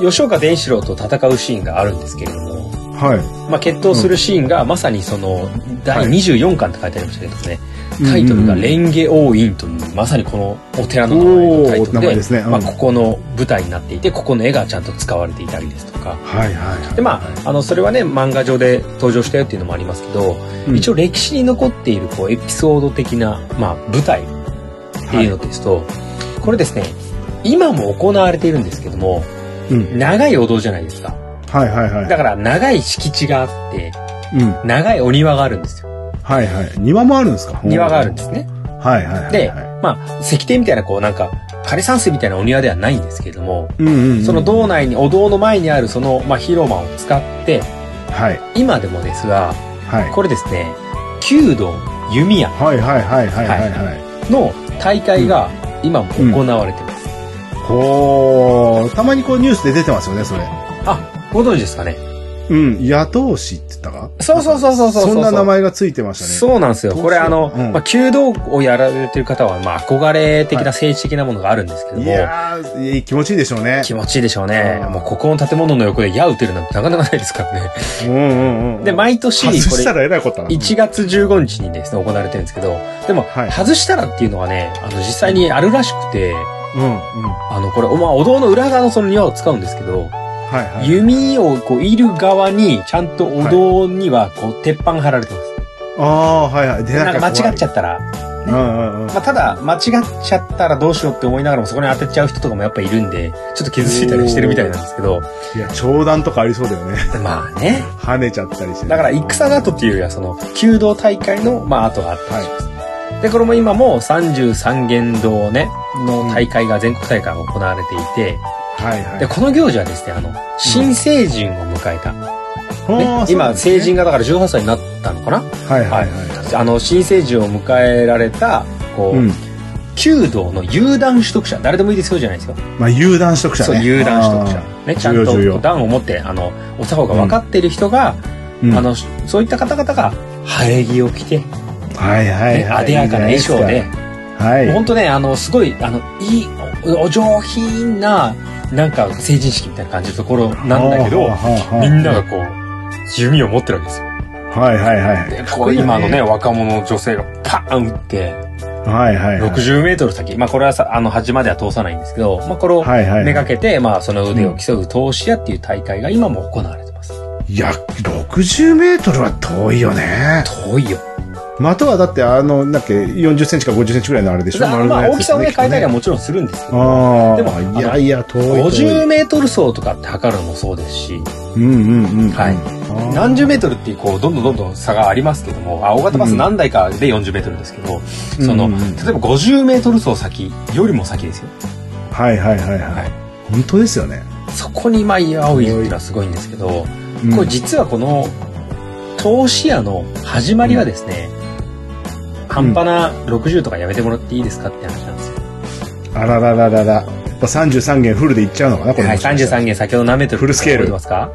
B: い。吉岡伝四郎と戦うシーンがあるんですけれども、
A: は
B: まあ、決闘するシーンがまさにその、第24巻って書いてありましたけどね、
A: い。
B: タイトルが
A: うんうん
B: レンゲ王院という、まさにこのお寺の名前のタイ
A: おー、名
B: トル
A: 前
B: で
A: で、すね。うん
B: ま
A: は
B: あ、
A: い
B: ここの舞台になっていてここの絵がちゃんと使われていたりですとか
A: はいはい。
B: でまああのそれはね漫画上で登場したよっていうのもありますけど、
A: うん
B: 一応歴史に残っているこうエピソード的な、まあ、舞台っていうのですと、これですね今も行われているんですけども
A: うん
B: 長いお堂じゃないですか
A: はいはいはい。
B: だから長い敷地があって
A: うん。
B: 長いお庭があるんですよ
A: はいはい。庭もあるんですか
B: 庭があるんですね
A: はいはいはいはい。
B: でまあ石庭みたいなこうなんか枯山水みたいなお庭ではないんですけれども
A: うんうんうん。
B: その堂内にお堂の前にあるその、まあ、広間を使って
A: はい。
B: 今でもですが、
A: はい。
B: これですね、弓道弓矢
A: はいはいはいはいはいはい。
B: の大会が今も行われてます。
A: ほー、たまにこうニュースで出てますよね、それ。
B: あ、ご存知ですかね
A: うん。野党士って言ったか
B: そうそうそうそうそう
A: そんな名前がついてましたね。
B: そうなんですよ。これあの、
A: うん
B: まあ、弓道をやられてる方は、まあ、憧れ的な政治的なものがあるんですけど
A: い
B: も、
A: やー、いい気持ちいいでしょうね。
B: 気持ちいいでしょうね
A: あ。ー
B: もうここの建物の横で矢打てるなんてなかなかないですからね。
A: うんうんうん。
B: で、毎年、
A: 外
B: こ
A: した
B: れ、
A: らえらいことだな。
B: 1月15日にですね、行われてるんですけど、でも、
A: はい
B: 外したらっていうのはね、あの、実際にあるらしくて、
A: うんうん。は
B: あの、これ、まあ、お堂の裏側のその庭を使うんですけど、
A: いはい。
B: 弓をこう、いる側に、ちゃんとお堂には、こう、鉄板貼られてます。
A: ああー、はいはい。で、
B: なんか間違っちゃ
A: っ
B: ったら、
A: た。うんうんうん。
B: まあ、ただ、間違っちゃったらどうしようって思いながらも、そこに当てちゃう人とかもやっぱいるんで、ちょっと傷ついたりしてるみたいなんですけど、
A: いや、長弾とかありそうだよね。
B: まあね。
A: 跳ねちゃったりして。
B: だから、戦の後っていうよりは、その、弓道大会の、まあ、後があったりします。で、これも今も33元堂ね、の大会が全国大会が行われていて、
A: はいはい。
B: で、この行事はですね、あの、新成人を迎えた、
A: ほ
B: ね
A: ー
B: 今、成。人
A: そ
B: がだから18歳になったのかな
A: うですねはいはいは
B: あの、新成人を迎えられた、こ
A: い。
B: う、
A: うん。
B: 弓道の有段取得者、誰でもいいですよじゃないですよ。
A: まあ、有段取得者
B: そう、
A: ね。
B: 有段取得者。ね、ちゃん
A: 重要重要
B: と段を持って、あの、お作法が分かっている人が、
A: うん
B: あの、そういった方々が、晴れ着を着て、ね
A: はいはいはい。
B: 艶やかな衣装で、
A: はい。
B: 本当ね、あの、すごい、あの、いい、おお上品な、なんか、成人式みたいな感じのところなんだけど
A: は、あはあ
B: みんながこう、弓を持ってるわけですよ。
A: はいはいはい。
B: でこう今のね、若者の女性がパーン打って、
A: はいはいはい。
B: 60メートル先、まあこれはさ、あの、端までは通さないんですけど、まあこれを
A: はいはい。
B: めがけて、まあその腕を競う投資屋っていう大会が今も行われてます。
A: いや、60メートルは遠いよね。
B: 遠いよ。
A: 的はだって、あの、なんだっけ、40センチか50センチぐらいのあれでしょ
B: まあまあ大きさをね、変えたりは
A: も
B: もちろんするんですけど、
A: ああ。
B: でもあの
A: いやいや、遠い。
B: 50メートル走とかって測るのもそうですし、
A: 遠いうんうんうん。
B: はい
A: い
B: 何十メートルっていうこう、どんどんどんどん差がありますけども、あ、大型バス何台かで40メートルですけど、その、
A: うん
B: 例
A: う
B: え
A: ん
B: ば50メートル走先よりも先ですよ。
A: はいはいはい
B: は
A: はいい。本当ですよね。
B: そこにまあ、青いっていうのはすごいんですけど、
A: うん
B: これ実はこの投資屋の始まりはですね、半端な60とかやめてもらっていいですかって話なんですよ。
A: あららららら。やっぱ33弦フルでいっちゃうのかな、これ。
B: はい、33元先ほど何メートル
A: フルスケール
B: 覚えてますか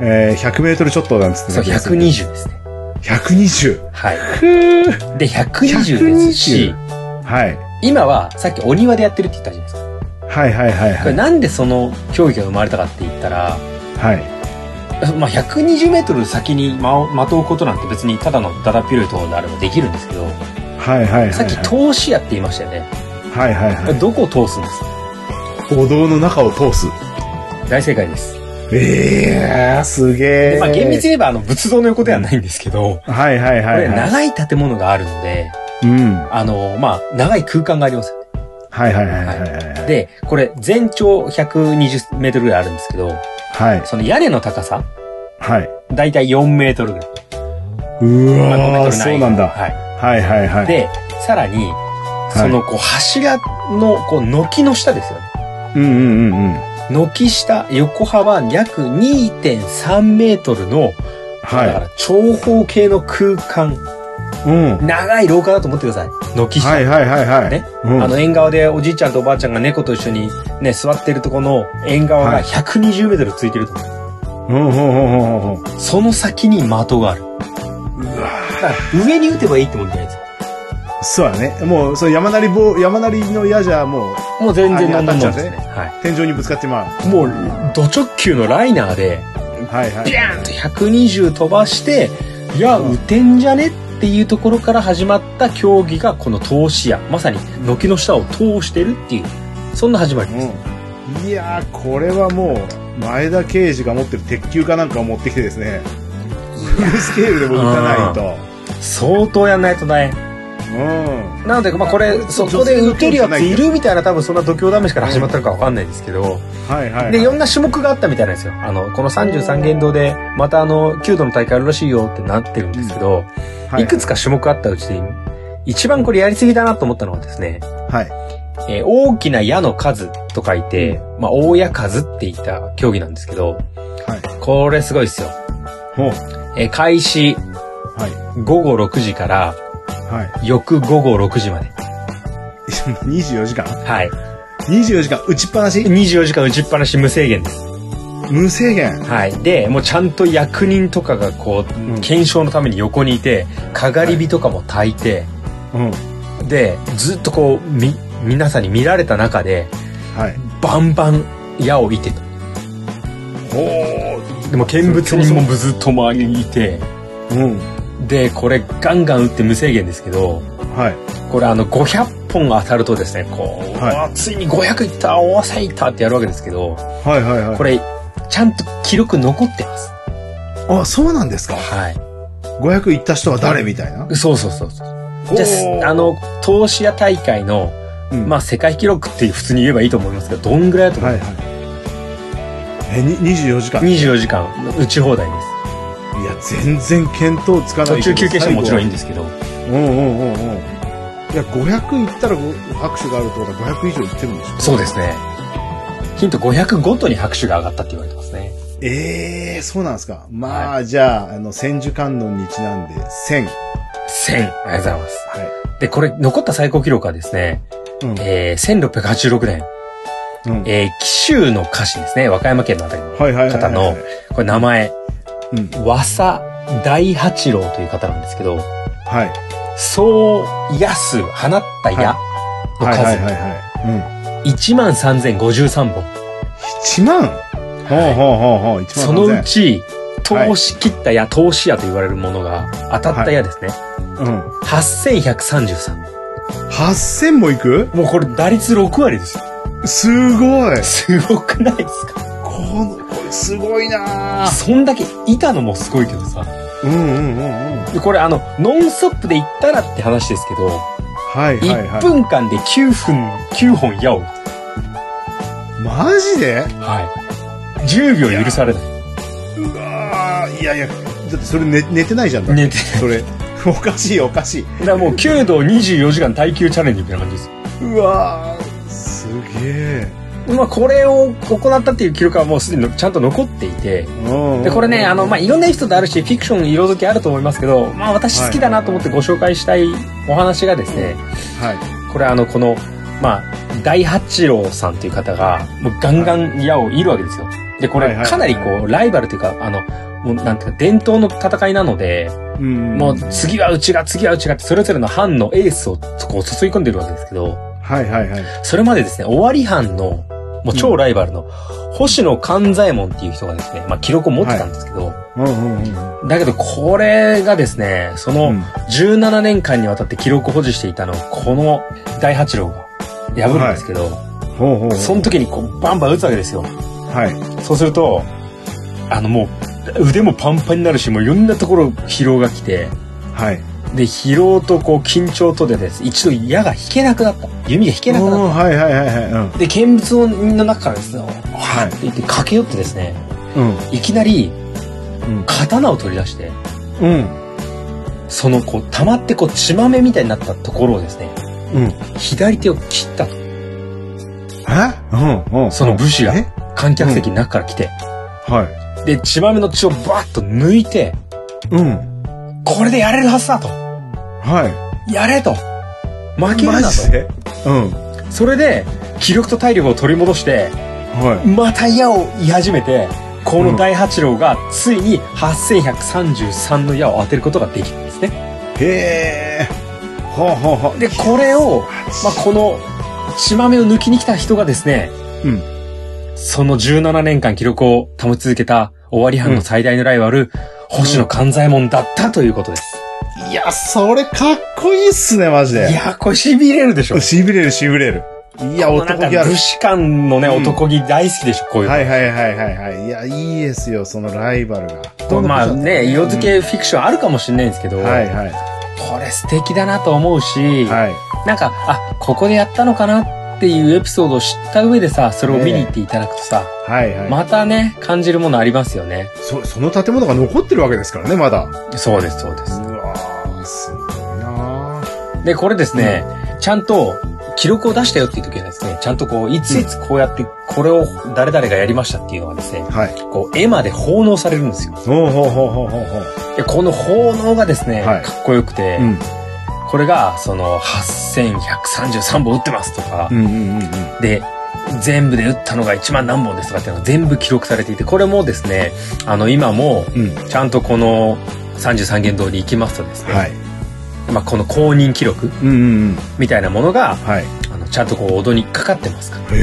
A: えー、100メートルちょっとなんつってね。
B: そう、120ですね。
A: 120。
B: はい。
A: ふー
B: で、120ですし、
A: はい。
B: 今はさっきお庭でやってるって言ったじゃないですか。
A: はいはいはい
B: こ
A: は
B: れ
A: い。
B: なんでその競技が生まれたかって言ったら、
A: はい。
B: まあ、120メートル先に的を的を置くことなんて別にただのダダピュートであればできるんですけど、
A: はいはいはい、はい。
B: さっき通し屋って言いましたよね。
A: はいはいはい。
B: どこを通すんですか
A: お堂の中を通す。
B: 大正解です。
A: ええー、すげえ。
B: まあ厳密に言えばあの仏像の横ではないんですけど、
A: はいはい
B: こ
A: はい、
B: れ
A: はい。
B: 長い建物があるので、
A: うん。はい
B: あの、まあ長い空間がありますよね。
A: はいはいはいはい。
B: で、これ全長120メートルぐらいあるんですけど、
A: はい。
B: その屋根の高さ、
A: はい。
B: だいたい4メートルぐらい。
A: う
B: まあ5メ
A: わ
B: ー
A: ー、
B: トル
A: そうなんだ。
B: は。
A: はいはいはいい。
B: で、さらに、そのこう柱のこう軒の下ですよね。
A: うんうんうんうん。
B: 軒下横幅約2.3メートルの、だか
A: は
B: ら長方形の空間、
A: い。うん。
B: 長い廊下だと思ってください。軒下。
A: はいはいはいはい。
B: ね
A: うん、
B: あの、縁側でおじいちゃんとおばあちゃんが猫と一緒にね、座ってるとこの縁側
A: は
B: が
A: い
B: 120メートルついてると思う。
A: うんうんうんうんうん。
B: その先に的がある。
A: うわ
B: だから上に打てばいいってもんじゃないですよ
A: そうだね。もう、そう山なり棒、山なりの矢じゃもう、
B: もう全然
A: あ
B: 何
A: 当たっ
B: で
A: ちゃ
B: もな
A: う
B: い
A: ね
B: ですね。は
A: 天井にぶつかってまう。
B: い。もう、ド直球のライナーで、
A: はいはい。
B: ビャーンと120飛ばして、いや、打てんじゃねっていうところから始まった競技がこの投資や、まさに軒の下を通してるっていう、そんな始まりです。
A: うん、いやーこれはもう前田刑事が持ってる鉄球かなんかを持ってきてですねフルスケールでも打たないと
B: 相当やんないと大変。
A: うん
B: なので、まあ、これ、そこで打てるやついるみたいな、多分そんな度胸試しから始まったのかわかんないですけど、
A: はいはい
B: で、いろんな種目があったみたいなんですよ。あの、この33元堂で、またあの、弓道の大会あるらしいよってなってるんですけど、
A: はい
B: くつか種目あったうちで、一番これやりすぎだなと思ったのはですね、
A: はい
B: えー大きな矢の数と書いて、まあ、大矢数って言った競技なんですけど、
A: はい
B: これすごいですよ。
A: ほう
B: えー開始
A: はい
B: 午後6時から
A: はい
B: 翌午後6時まで。
A: 24時間
B: はい。
A: 24時間打ちっぱなし
B: 24時間打ちっぱなし無制限です。
A: 無制限
B: はい。で、もうちゃんと役人とかがこう、
A: ん
B: 検証のために横にいて、かがり火とかも焚いて、
A: うん
B: で、ずっとこう、み、皆さんに見られた中で、
A: はい
B: バンバン矢を射てと。
A: ほ
B: でも見物人もずっと周りにいて、
A: ううん
B: で、これガンガン打って無制限ですけど、
A: はい
B: これあの500本当たるとですね、こう、
A: はいう
B: わついに500いった、おわせいったってやるわけですけど、
A: はいはいはい
B: これ、ちゃんと記録残ってます。
A: あそうなんですか
B: はい。
A: 500いった人は誰みたいな
B: そうそうそうそう。
A: ほう
B: じゃあす、あの、投資屋大会の、
A: うん
B: まあ、世界記録って普通に言えばいいと思いますけど、どんぐらいだと思
A: は
B: う、
A: いはいえに24時間
B: ?24 時間打ち放題です。
A: いや、全然見当つかな
B: 途
A: い
B: 中休憩してももちろんいいん
A: す。
B: ですけど。
A: 最後はうんうんうんうん。いや、500いったらご拍手があるってことは500以上いってるんでしょ
B: そうですね。ヒント500ごとに拍手が上がったって言われてますね。
A: ええー、そうなんですか。まあ、じゃあ、あの、千手観音にちなんで、1000。
B: 1000。ありがとうございます。
A: はい。
B: で、これ、残った最高記録はですね、
A: うん
B: えー、1686年、
A: うん。
B: えー、紀州の歌詞ですね、和歌山県のあたりの。
A: はいはいはいはい。
B: 方のこれ名前、
A: うん。
B: 和佐大八郎という方なんですけど、
A: はい。
B: そう、やす、放った矢の
A: はい
B: 数。
A: はいはいはい。うん。
B: 1万3053本。
A: 1万ほうほうほうほう、1万
B: そのう
A: 3000
B: ち、投資切った矢、投資矢と言われるものが、当たった矢ですね。
A: うん。
B: 8133。
A: 8000もいく
B: もうこれ打率6割ですよ。
A: すごい
B: すごくないですか
A: この、これすごいなぁ
B: そんだけいたのもすごいけどさ。
A: うんうんうんうん。
B: でこれあの、ノンストップで行ったらって話ですけど、
A: はいはいは
B: 1分間で9分、9本矢を。
A: い。マジで
B: はい。10秒許されないう
A: わーいやいや、だってそれ寝寝てないじゃん。だって
B: 寝て。
A: それ。おかしいおかしい。
B: だからもう、弓道24時間耐久チャレンジみたいな感じです。
A: うわーすげえ。
B: まあ、これを行ったっていう記録はもうすでにのちゃんと残っていて、
A: うん
B: で、これね、あの、まあ、いろんなエピソードあるし、フィクション色づきあると思いますけど、まあ、私好きだなと思ってご紹介したいお話がですね、
A: はい。
B: これあの、この、まあ、大八郎さんという方が、もうガンガン矢をいるわけですよ。で、こ
A: はい
B: れ
A: はい
B: かなりこう、ライバルというか、あの、もうなんていうか、伝統の戦いなので、
A: うん
B: もう次はうちが、次はうちがって、それぞれの藩のエースをこう注ぎ込んでるわけですけど、
A: はいはいはい。
B: それまでですね、尾張藩のもう超ライバルの、星野勘左衛門っていう人がですね、まあ記録を持ってたんですけど、
A: うんうんうん。
B: だけどこれがですね、その
A: うん
B: 17年間にわたって記録保持していたのを、この第八郎が破るんですけど、
A: ほうほうほう。
B: その時にこうバンバン打つわけですよ。
A: はい。
B: そうすると、あのもう腕もパンパンになるし、もういろんなところ疲労が来て、
A: はい。
B: で、疲労とこう緊張とでです、一度矢が引けなくなった。弓が引けなくなっ
A: おーはいはいはいはい。うん
B: た。で、見物の中からですね、は
A: はい
B: って言って駆け寄ってですね、
A: うん。
B: いきなり
A: うん
B: 刀を取り出して、
A: うん。
B: そのこう、溜まってこう、血まめみたいになったところをですね、
A: うん。
B: 左手を切ったと。
A: えうん。うん。
B: その武士が
A: え
B: 観客席の中から来て、
A: はい。
B: で、血まめの血をバーッと抜いて、
A: うん。
B: これでやれるはずだと。
A: は
B: やれと。負
A: い。
B: けるなと。
A: でうん。
B: それで、気力と体力を取り戻して、
A: は
B: また矢を言い始めて、この大八郎がついに8133の矢を当てることができるんですね。
A: い。へえ。ほうほうほう。
B: で、これを、まあ、この血豆を抜きに来た人がですね、
A: うん
B: その17年間記録を保ち続けた終わり班の最大のライバル、星野勘左衛門だったということです。
A: いや、それかっこいいっすね、マジで。
B: いやー、これ痺れるでしょ。
A: しびれるしびれる。いや、
B: なん
A: 男
B: か
A: 気ある
B: 武。士官のね、
A: うん
B: 男気大好きでしょ、こういうの。
A: はいはいはいはいはい。いや、いいですよ、そのライバルが。
B: まあね、色付けフィクションあるかもしれないんですけど、
A: うんはいはい。
B: これ素敵だなと思うし、
A: はい。
B: なんか、あ、ここでやったのかなっていうエピソードを知った上でさ、それを見に行っていただくとさ、
A: はいはい。
B: またね、感じるものありますよね。
A: そ、その建物が残ってるわけですからね、まだ。う
B: そうです、そうです。
A: わー、すごいなー
B: で、これですね、ちゃんと記録を出したよっていう時はですね、ちゃんとこう、いついつこうやって、これを誰々がやりましたっていうのがですね、
A: はい。
B: こう、絵まで奉納されるんですよ。
A: ほうほうほうほうほうほう。
B: で、この奉納がですね、
A: はい
B: かっこよくて、
A: うん。
B: これが、その、8133本打ってますとか、
A: うんうんうんうん。
B: で、全部で打ったのが1万何本ですとかっていうのが全部記録されていて、これもですね、あの、今も、
A: うん。
B: ちゃんとこの33元堂に行きますとですね、
A: はい。
B: まあ、この公認記録
A: うんうんうん。
B: みたいなものが、
A: はい。
B: あの、ちゃんとこう、お堂にかかってますから。
A: へ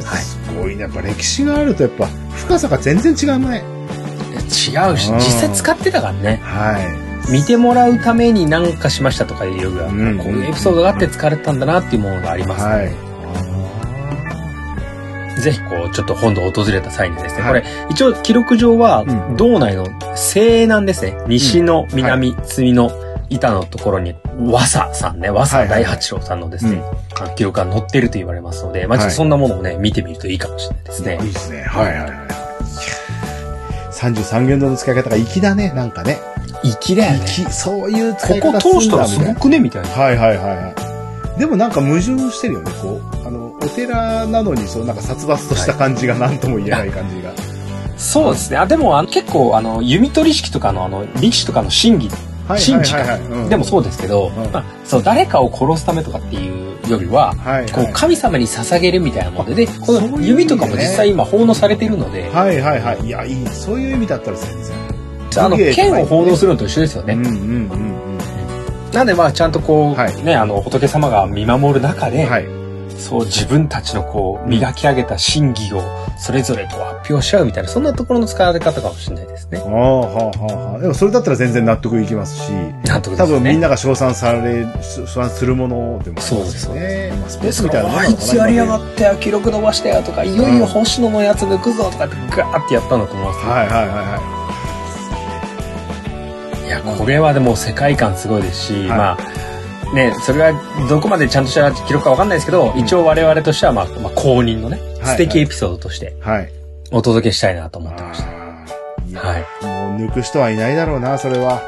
A: え、
B: はい
A: すごいね。やっぱ歴史があると、やっぱ深さが全然違うね。
B: 違うし、
A: うん
B: 実際使ってたからね。
A: はい。
B: 見てもらうために何かしましたとかいうよりは、
A: うん
B: こういうエピソードがあって使われたんだなっていうものがありますので、
A: は
B: ぜひこう、ちょっと本土を訪れた際にですね、
A: はい
B: これ、一応記録上は
A: う、ん
B: 道内の西南ですね、西の南、積の板のところに、和佐さんね、和
A: は
B: 佐
A: いはい
B: 大
A: はい
B: 八郎さんのですね、あの記録が載ってると言われますので、まあ、ちょっ
A: は
B: と
A: い
B: そんなものをね、見てみるといいかもしれないです
A: い。いい
B: ね。
A: ですね。はいはいはい。33元堂の使い方が粋だね、なんかね。
B: 粋だよね。
A: 粋、そういう使い
B: こ
A: 方
B: こ通したら
A: す
B: す
A: んだみ
B: ご
A: たい
B: くねみたいな
A: な。。はいはいはいはい。でもなんか矛盾してるよね、こう。あの、お寺なのに、そう、なんか殺伐とした感じが何とも言えない感じが。
B: そうですね。あ、でも、あの結構、あの、弓取り式とかの、あの、力士とかの審議
A: はい
B: 神事
A: はいはいはい。うん
B: でもそうですけど、
A: うん
B: まあ、そう、誰かを殺すためとかっていうよりは、
A: はいはい。
B: こう神様に捧げるみたいなもので、で、こ
A: そういう意味
B: の
A: ね
B: 指とかも実際今奉納されてるので、
A: はいはいはい。いや、いい。そういう意味だったら全然。
B: あの、剣を奉納するのと一緒ですよ
A: うん
B: ね。
A: うんうんうん。
B: なんでまあちゃんとこう、
A: はい
B: ね、あの、仏様が見守る中で、
A: はい。
B: そう自分たちのこう、磨き上げた真偽をそれぞれこう発表し合うみたいな、そんなところの使われ方かもしれないですね
A: あ。あ、はあ、はあ、はあ。でもそれだったら全然納得いきますし、
B: なんと
A: 多
B: かですね。
A: 分みんなが称賛され、称賛するものでもありますよね。
B: そう
A: ね。まあ、スポー
B: で
A: ツ
B: そ
A: み
B: の
A: たいなもの
B: あ
A: なの
B: い
A: かな
B: つやりやがってよ記録伸ばしたよとかいよいよ星野のやつ抜くぞとかってガーってやったんだと思います、
A: はいはいはいはい
B: や、これはでも世界観すごいですし、
A: い
B: まあ、ね、それはどこまでちゃんとした記録かわかんないですけど、一応我々としては、まあ、まあ、公認のね、
A: い
B: 素敵エピソードとして
A: い。はい。
B: お届けしたいなと思ってました。
A: あーいや
B: はい。
A: もう抜く人はいないだろうな、それは。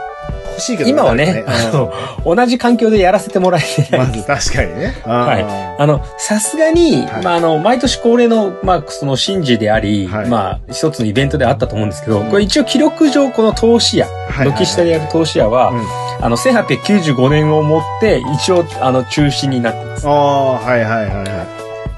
A: 欲しいけど
B: 今はね、
A: 誰
B: あ
A: か
B: の、同じ環境でやらせてもらえて
A: うん
B: な
A: ま
B: い。
A: ず確かにね。
B: はい
A: い。
B: あの、さすがに、
A: はい
B: まあ、あの、毎年恒例の、まあ、その、神事であり、
A: はい
B: まあ、一つのイベントであったと思うんですけど、
A: うん
B: これ一応記録上、この投資屋、
A: はい
B: 軒下でやる投資屋は、
A: うん
B: あの、1895年をもって、一応、あの、中止になってます。
A: ああ、はいはいはいは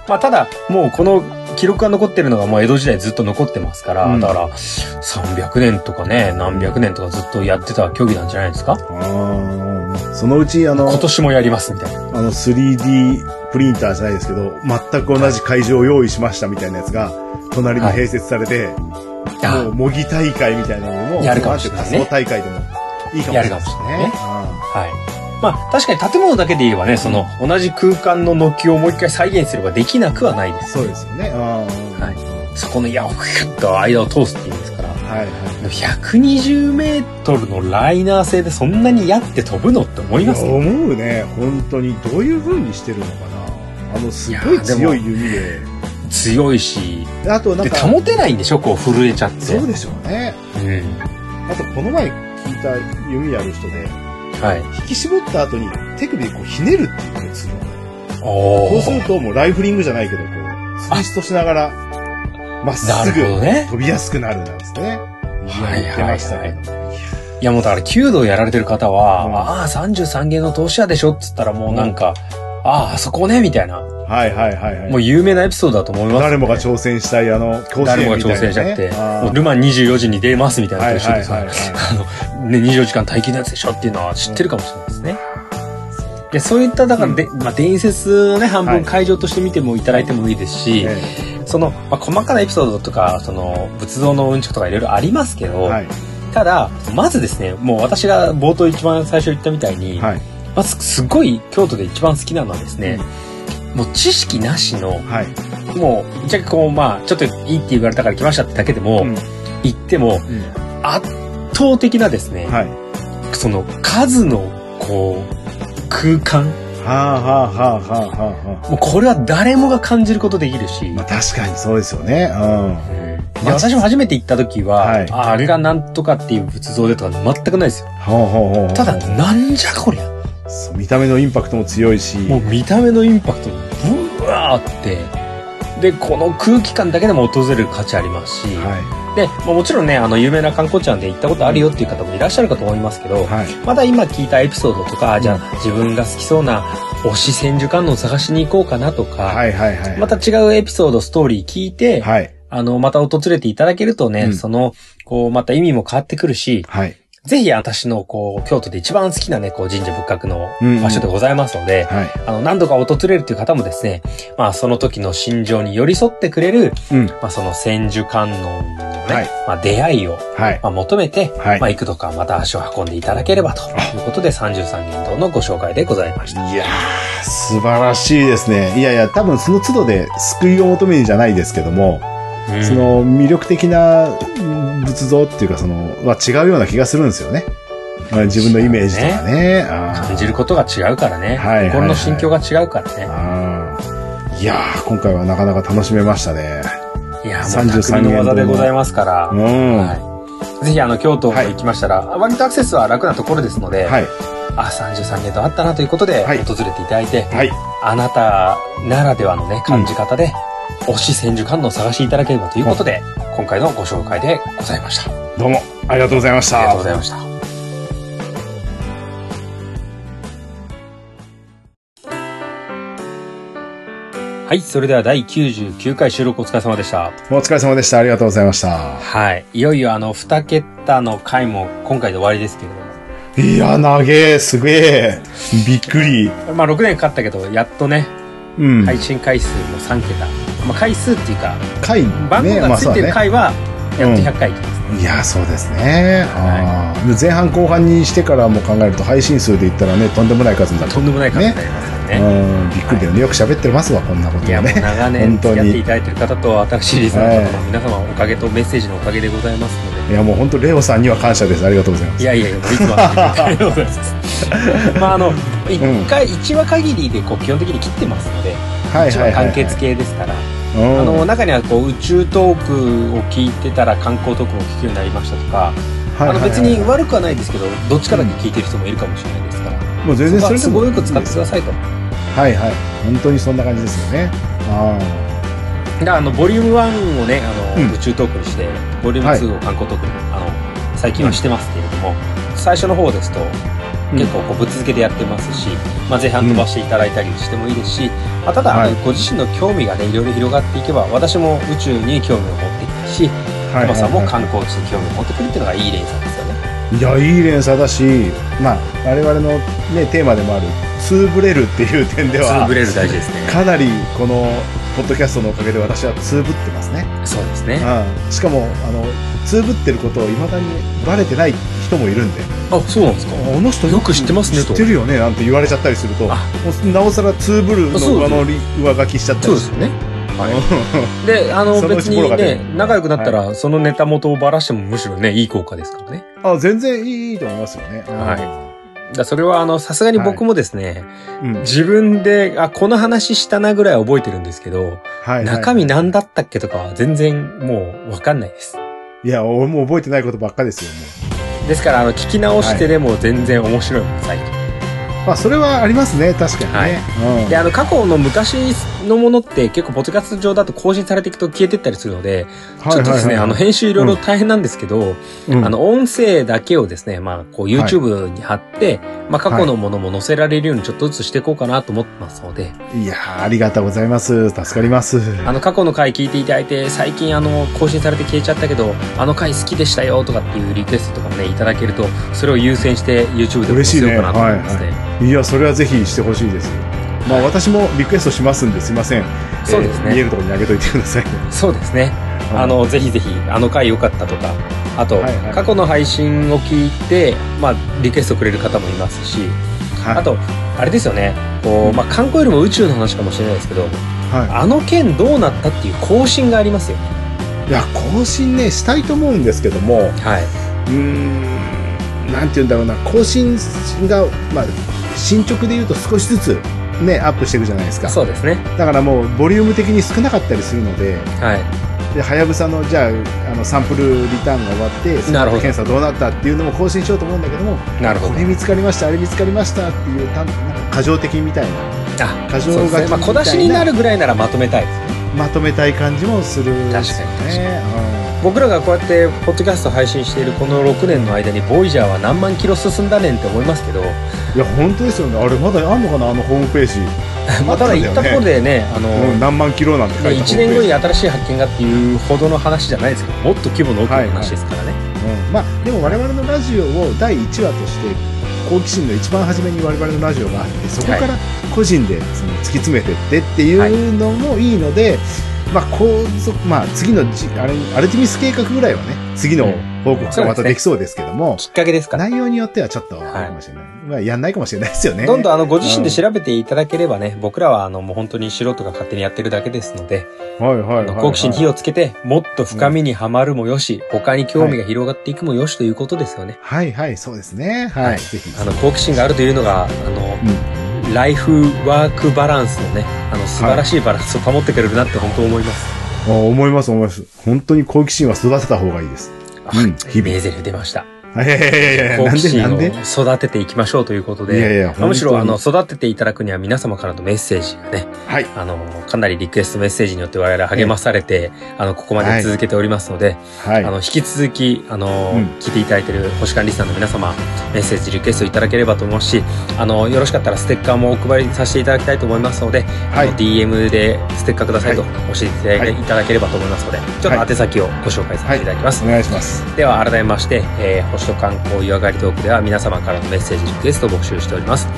B: まあ、ただ、もうこの記録が残ってるのがもう江戸時代ずっと残ってますから、
A: うん
B: だから、300年とかね、何百年とかずっとやってた競技なんじゃないですか
A: い。ああ、そのうち、あの、
B: 今年もやりますみたいな。
A: あの 3D プリンターじゃないですけど、全く同じ会場を用意しましたみたいなやつが、隣に併設されて、もう模擬大会みたいなのも、
B: やるかもしれないね
A: そうって仮想大会でもいいかもしれないですね。
B: やるかもしれないねはい。まあ、確かに建物だけで言えばね、その、同じ空間の軒をもう一回再現すればできなくはないで
A: うん
B: す。
A: そうですよね。は
B: はいそこの矢をクキュッと間を通すっていうんですから。
A: はいは
B: 120メートルのライナー性でそんなに矢って飛ぶのって思
A: い。
B: いますよ。
A: 思うね、本当に。どういう風にしてるのかな。あの、すごい強い弓で。
B: 強いし、
A: であと、なん
B: で、
A: か、
B: 保てないんでしょこう震えちゃって。
A: そうでしょうね。
B: うん。
A: あと、この前聞いた弓やる人で、
B: はい。
A: 引き絞った後に手首こうひねるっていうやつの
B: お
A: そうするともうライフリングじゃないけど、こう、ツイストしながら、まっす
B: なる
A: ぐ
B: ほどね。
A: 飛びやすくなるんですね。
B: はい
A: やってましたね。
B: いやもうだから弓道やられてる方は、
A: うん
B: ああ、33弦の投資屋でしょっつったらもうなんか、ああ、あそこねみたいな。
A: はいはいはいはい。
B: もう有名なエピソードだと思います、
A: 誰もが挑戦したい、あの、甲子
B: 誰
A: 園
B: もが
A: みた
B: 挑
A: いな、ね。
B: 戦しちゃって、
A: あー
B: もうルマン24時に出ますみたいな
A: は
B: の
A: い
B: と一緒
A: は
B: で
A: い
B: さ、
A: はい、は
B: あの、ね、24時間待機のやつでしょっていうのは知ってるかもしれないですね。でそういった、だからで、まあ、伝説をね、半
A: は
B: 分
A: い
B: 会場として見てもいただいてもいいです
A: い。
B: し、
A: ね
B: その、まあ、細かなエピソードとか、その、仏像のうんちくとかいろいろありますけど、
A: はい。
B: ただ、まずですね、もう私が冒頭一番最初言ったみたいに、
A: はい。
B: まずすごい京都で一番好きなのはですね、もう知識なしの、
A: はい。
B: もう、ぶっちゃけこう、まあ、ちょっといいって言われたから来ましたってだけでも、
A: うん
B: 行っても、
A: うん
B: 圧倒的なですね、
A: はい。
B: その数の、こう、空間。
A: はあはあはあはあはあはあ。
B: もうこれは誰もが感じることできるし、
A: まあ確かにそうですよね。うん。
B: で私も初めて行った時は、
A: はい
B: ああれがなんとかっていう仏像でとか全くないですよ。
A: ほうほうほうほう
B: ただ、なんじゃこりゃ。
A: そう見た目のインパクトも強いし、
B: もう見た目のインパクトもブワーって。で、この空気感だけでも訪れる価値ありますし、
A: は
B: で、まあもちろんね、あの、有名な観光地なんで行ったことあるよっていう方もいらっしゃるかと思いますけど、
A: い。はい。
B: まだ今聞いたエピソードとか、じゃあ自分が好きそうな推し千手観音を探しに行こうかなとか、
A: はいはいはい。
B: また違うエピソード、ストーリー聞いて、
A: はい。
B: あの、また訪れていただけるとね、
A: うん
B: その、こう、また意味も変わってくるし、
A: はい。
B: ぜひ私の、こう、京都で一番好きなね、こう、神社仏閣の
A: うんうん
B: 場所でございますので、
A: はい。
B: あの、何度か訪れるという方もですね、まあ、その時の心情に寄り添ってくれる、
A: うん。
B: まあ、その千手観音のね、
A: はい
B: まあ、出会いを、
A: はい。
B: まあ、求めて、
A: はい
B: まあ、幾度かまた足を運んでいただければということで、33元堂のご紹介でございました。
A: いやー、素晴らしいですね。いやいや、多分その都度で救いを求めるじゃないですけども、その魅力的なうん仏像っていうか、その、は違うような気がするんですよね。まあ自分のイメージとかね。あー
B: 感じることが違うから
A: は
B: ね、
A: いはいはい
B: 心の心境が違うからね。
A: あーいやー、今回はなかなか楽しめましたね。
B: いや、もう
A: 33
B: 匠の技でございますから、
A: うん。は
B: はい、ぜひあの京都も行きましたら、割とアクセスは楽なところですので、
A: い。はい。
B: あ33ゲートあったなということで
A: はい
B: 訪れていただいて、
A: はい。
B: あなたならではのね感じ方で、推し千手観音を探していただければということで、今回のご紹介でございました。あ
A: どうも、ありがとうございました。
B: りがとうございました。はい。それでは第99回収録お疲れ様でした。
A: お疲れ様でした。ありがとうございました。
B: はい。いよいよあの、二桁の回も今回で終わりですけれども。
A: いや、長え、すげえ。びっくり。
B: まあ6年かかったけど、やっとね、
A: うん。
B: 配信回数も3桁。まあ回数っていうか、
A: 回ね
B: 番号
A: ま
B: が
A: あ
B: つ
A: そ
B: いうて
A: だ
B: る
A: ね
B: 回は、やっ
A: う
B: と
A: ん
B: 100回とですね。
A: いやそうですね、あー前半後半にしてからも考えると配信数で言ったらねとんでもない数になる、
B: とんでもない数になりますよね。
A: うんびっくりだよねよく喋ってますわこんなこと
B: いや、
A: は
B: もう
A: ね
B: 長年
A: 本当
B: 付
A: に
B: き合っていただいてる方と、私リスナーの方の皆様おかげとメッセージのおかげでございますので。
A: いやもう本当レオさんには感謝ですありがとうございま
B: い
A: す
B: やいやいや、もういつもありがとうございます。まああの、一回、一話限りでこう基本的に切ってますので、
A: はいは
B: 一話
A: いはい、
B: 完結系ですから、
A: うん
B: あの中にはこう宇宙トークを聞いてたら観光トークも聞くようになりましたとか、
A: はいはいはい
B: あの別に悪くはないですけどどっちからに聞いてる人もいるかもしれないですから、
A: もう全然
B: そ
A: そ
B: こは
A: れでも
B: 都合よく使ってくださいと。
A: はいはい本当にそんな感じですよねあ
B: だからあのボリューム1をねあの、
A: うん
B: 宇宙トークにしてボリューム2を観光トークに、あの最近はしてますけれども、最初の方ですと
A: ー
B: 結構こうぶっ続けでやってますし、まあ、前半飛ばしていただいたりしてもいいですし、まあ、ただ、あの
A: はい
B: ご自身の興味がねいろいろ広がっていけば私も宇宙に興味を持っていくし
A: うん
B: ト
A: はいは
B: マ
A: い
B: さんも
A: は
B: 観光地に興味を持ってくるっていうのがいい連鎖ですよね。
A: いいやいい連鎖だし、まあ、我々の、ね、テーマでもある「ツーブレる」っていう点で
B: ツー
A: は
B: ブレる大事ですね。
A: かなりこのポッドキャストのおかげで私はツーブってますね、
B: そうですね。
A: うん、しかもあのツーブってることをいまだにバレてない人もいるんで
B: あ、そうなんですか
A: 「あの人
B: よく知ってますね
A: 知
B: と
A: ってるよね」なんて言われちゃったりするとも
B: あ
A: うなおさらツーブルの
B: そう
A: 上乗り上書きしちゃった
B: そう
A: り
B: ですよね。は
A: う
B: い。で、あの、
A: そのうち
B: 別に
A: ボロが出
B: ね
A: る、
B: 仲良くなったら、そのネタ元をばらしてもむしろね、いい効果ですからね。
A: んあ全然いいと思いますよね、うん
B: はだからそれは、あの、さすがに僕もですね、
A: うんはい
B: 自分で、あ、この話したなぐらい覚えてるんですけど、
A: はい
B: 中身何だったっけとかは全然もうわかんないです。
A: いや俺も覚えてないことばっかですよもう
B: ですから、あの、聞き直してでも全然面白いもん、最近。
A: まあ、それはありますね、確かにね。うん
B: で、あの、過去の昔のものって結構、ポッドキャスト上だと更新されていくと消えてったりするので、ちょっとですね、あの、、編集いろいろ大変なんですけど、
A: うん
B: あ、の、音声だけをですね、まあ、こう、YouTube に貼って、まあ、過去のものも載せられるようにちょっとずつしていこうかなと思ってますので、
A: いやーありがとうございます。助かります。
B: あの、過去の回聞いていただいて、最近、あの、更新されて消えちゃったけど、あの回好きでしたよとかっていうリクエストとかもね、いただけると、それを優先して YouTube でも載せようかなと思いますね。
A: いや、それはぜひしてほしいです。まあ、私もリクエストしますんですいません。
B: そうですね
A: えー見えるところにあげといてください。
B: そうですね。 あ、の、ぜひぜひ、あの回良かったとか、あと、
A: はいはい
B: 過去の配信を聞いて、まあ、リクエストくれる方もいますし、
A: はい、
B: あ、と、あれですよね、こう、まあ、観光よりも宇宙の話かもしれないですけど、
A: は
B: あの件どうなったっていう更新がありますよ。
A: い。いや、更新ね、したいと思うんですけども、
B: はい。
A: うーん、なんて言うんだろうな、更新が、まあ、進捗で言うと少しずつ、ね、アップしていくじゃないですか。
B: そうですね。
A: だからもう、ボリューム的に少なかったりするので、
B: はい。
A: で、はやぶさの、じゃあ、あの、サンプルリターンが終わって、
B: なるほど
A: 検査どうなったっていうのも更新しようと思うんだけども、
B: なるほ
A: こ
B: ど
A: れ。見つかりました、あれ見つかりましたっていう、たなんか、過剰的みたいな、
B: あ、
A: 過剰
B: そうです
A: 書き
B: ね。まあ、小出しになるぐらいならまとめたいですね。
A: まとめたい感じもするんですよ
B: 確かに確か
A: ね。
B: 僕らがこうやって、ポッドキャスト配信しているこの6年の間に、ボイジャーは何万キロ進んだねんって思いますけど、
A: うんいや、本当ですよね。あれ、まだあんのかな、あのホームページ。
B: まあ、ただ行ったところでね、あの、
A: うん、何万キロなんて書いた
B: 1年後に新しい発見がっていうほどの話じゃないですけど、もっと規模の大きな話ですからね。
A: うん、まあ、でも我々のラジオを第1話として、好奇心の一番初めに我々のラジオがあって、そこから個人でその突き詰めてってっていうのもいいので、まあ、後続、まあ、次のじあれ、アルティミス計画ぐらいはね、次の報告がま たできそうですけども、
B: きっかけですから。
A: 内容によってはちょっと
B: い
A: あれかもしれない。まあ、やんないかもしれないですよね。
B: どんどんあのご自身で調べていただければね、僕らはあのもう本当に素人が勝手にやってるだけですので、
A: はいはいはい、は
B: あの
A: い。
B: 好奇心に火をつけて、もっと深みにはまるもよし、他に興味が広がっていくもよしということですよね。
A: はいはい、そうですね。はい。
B: はい
A: ぜひ。
B: あの、好奇心があるというのが、あの、ライフワークバランスのね、あの、素晴らしいバランスを保ってくれるなって本当思います。
A: あ思います思います。本当に好奇心は育てた方がいいです。
B: あ
A: うん日々
B: 名台詞出ました。
A: いやいやいやいや、
B: 好
A: なん
B: 奇
A: でな
B: 心
A: ん
B: を
A: で
B: 育てていきましょうということで、
A: いやいや本当に
B: むしろあの、育てていただくには皆様からのメッセージがね、
A: はい。
B: あの、かなりリクエストメッセージによって我々励まされて、あの、ここまで続けておりますので、
A: はい。
B: あの、引き続き、あの、
A: うん
B: 聞いていただいている星間リスナーの皆様、メッセージ、リクエストいただければと思うし、あの、よろしかったらステッカーもお配りさせていただきたいと思いますので、
A: はい
B: あの DM でステッカーくださいと
A: は
B: 教えていただ,、
A: はい
B: い、ただければと思いますので、ちょっ
A: はい
B: と宛先をご紹介させていただきます。
A: お願いします。
B: では、改めまして、えー、星と観光湯上がりトークでは皆様からのメッセージ、リクエストを募集しております。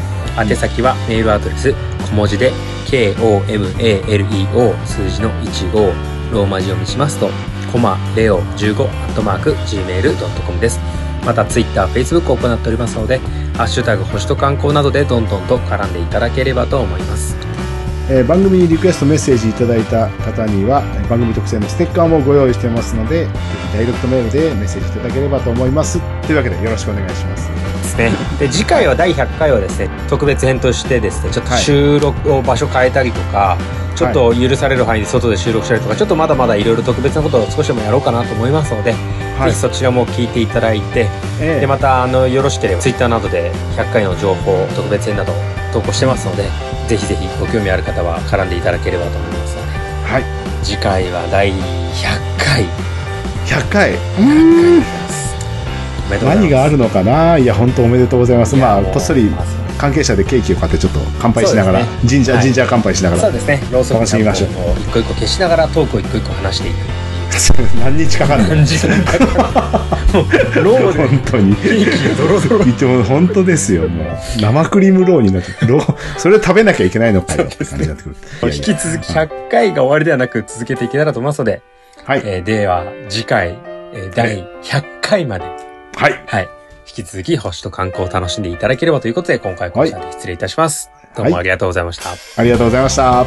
B: 宛先はメールアドレス、小文字で、KOMALEO 数字の15、ローマ字読みしますと、コマレオ15、アットマーク、gmail.com です。また、ツイッター、フェイスブックを行っておりますので、ハッシュタグ、星と観光などでどんどんと絡んでいただければと思います。
A: えー番組にリクエストメッセージいただいた方には、えー番組特製のステッカーもご用意してますので、ぜひダイレクトメールでメッセージいただければと思います。というわけでよろしくお願いします。
B: ですね。で、次回は第100回はですね、特別編としてですね、ちょっと
A: はい
B: 収録を場所変えたりとか、ちょっと許される範囲で外で収録したりとか、ちょっとまだまだいろいろ特別なことを少しでもやろうかなと思いますので、
A: はい
B: ぜひそちらも聞いていただいて、
A: えー
B: で、また、あの、よろしければ、ツイッターなどで100回の情報、特別編など投稿してますので、ぜひぜひご興味ある方は絡んでいただければと思いますので、
A: はい。
B: 次回は第100回。
A: 100回。
B: おめでとうございます
A: 何があるのかないや、本当おめでとうございます。まあ、こっそり
B: まず
A: 関係者でケーキを買ってちょっと乾杯しながら、
B: そうです
A: ジンジャー、
B: はい
A: ジンジャー乾杯しながら。
B: そうですね。ローソン
A: 楽しみましょう
B: 一個一個消しながらトークを一個一個話していく。
A: 何日かかるの
B: 何時間かかるもうローで
A: 本当に。
B: ケーキがドロド ロ
A: いても本当ですよ、もう。生クリームローになって、ロー、それを食べなきゃいけないのかよって感じになってくる。い
B: 引
A: やい
B: き
A: や
B: 続き100回が終わりではなく続けていけたらと思いますので、
A: はい。
B: えーでは次回、えー第100回まで、
A: はい。
B: はい。引き続き星と観光を楽しんでいただければということで、今回はこちらで失礼いたします。どうもありがとうございました。
A: ありがとうございました。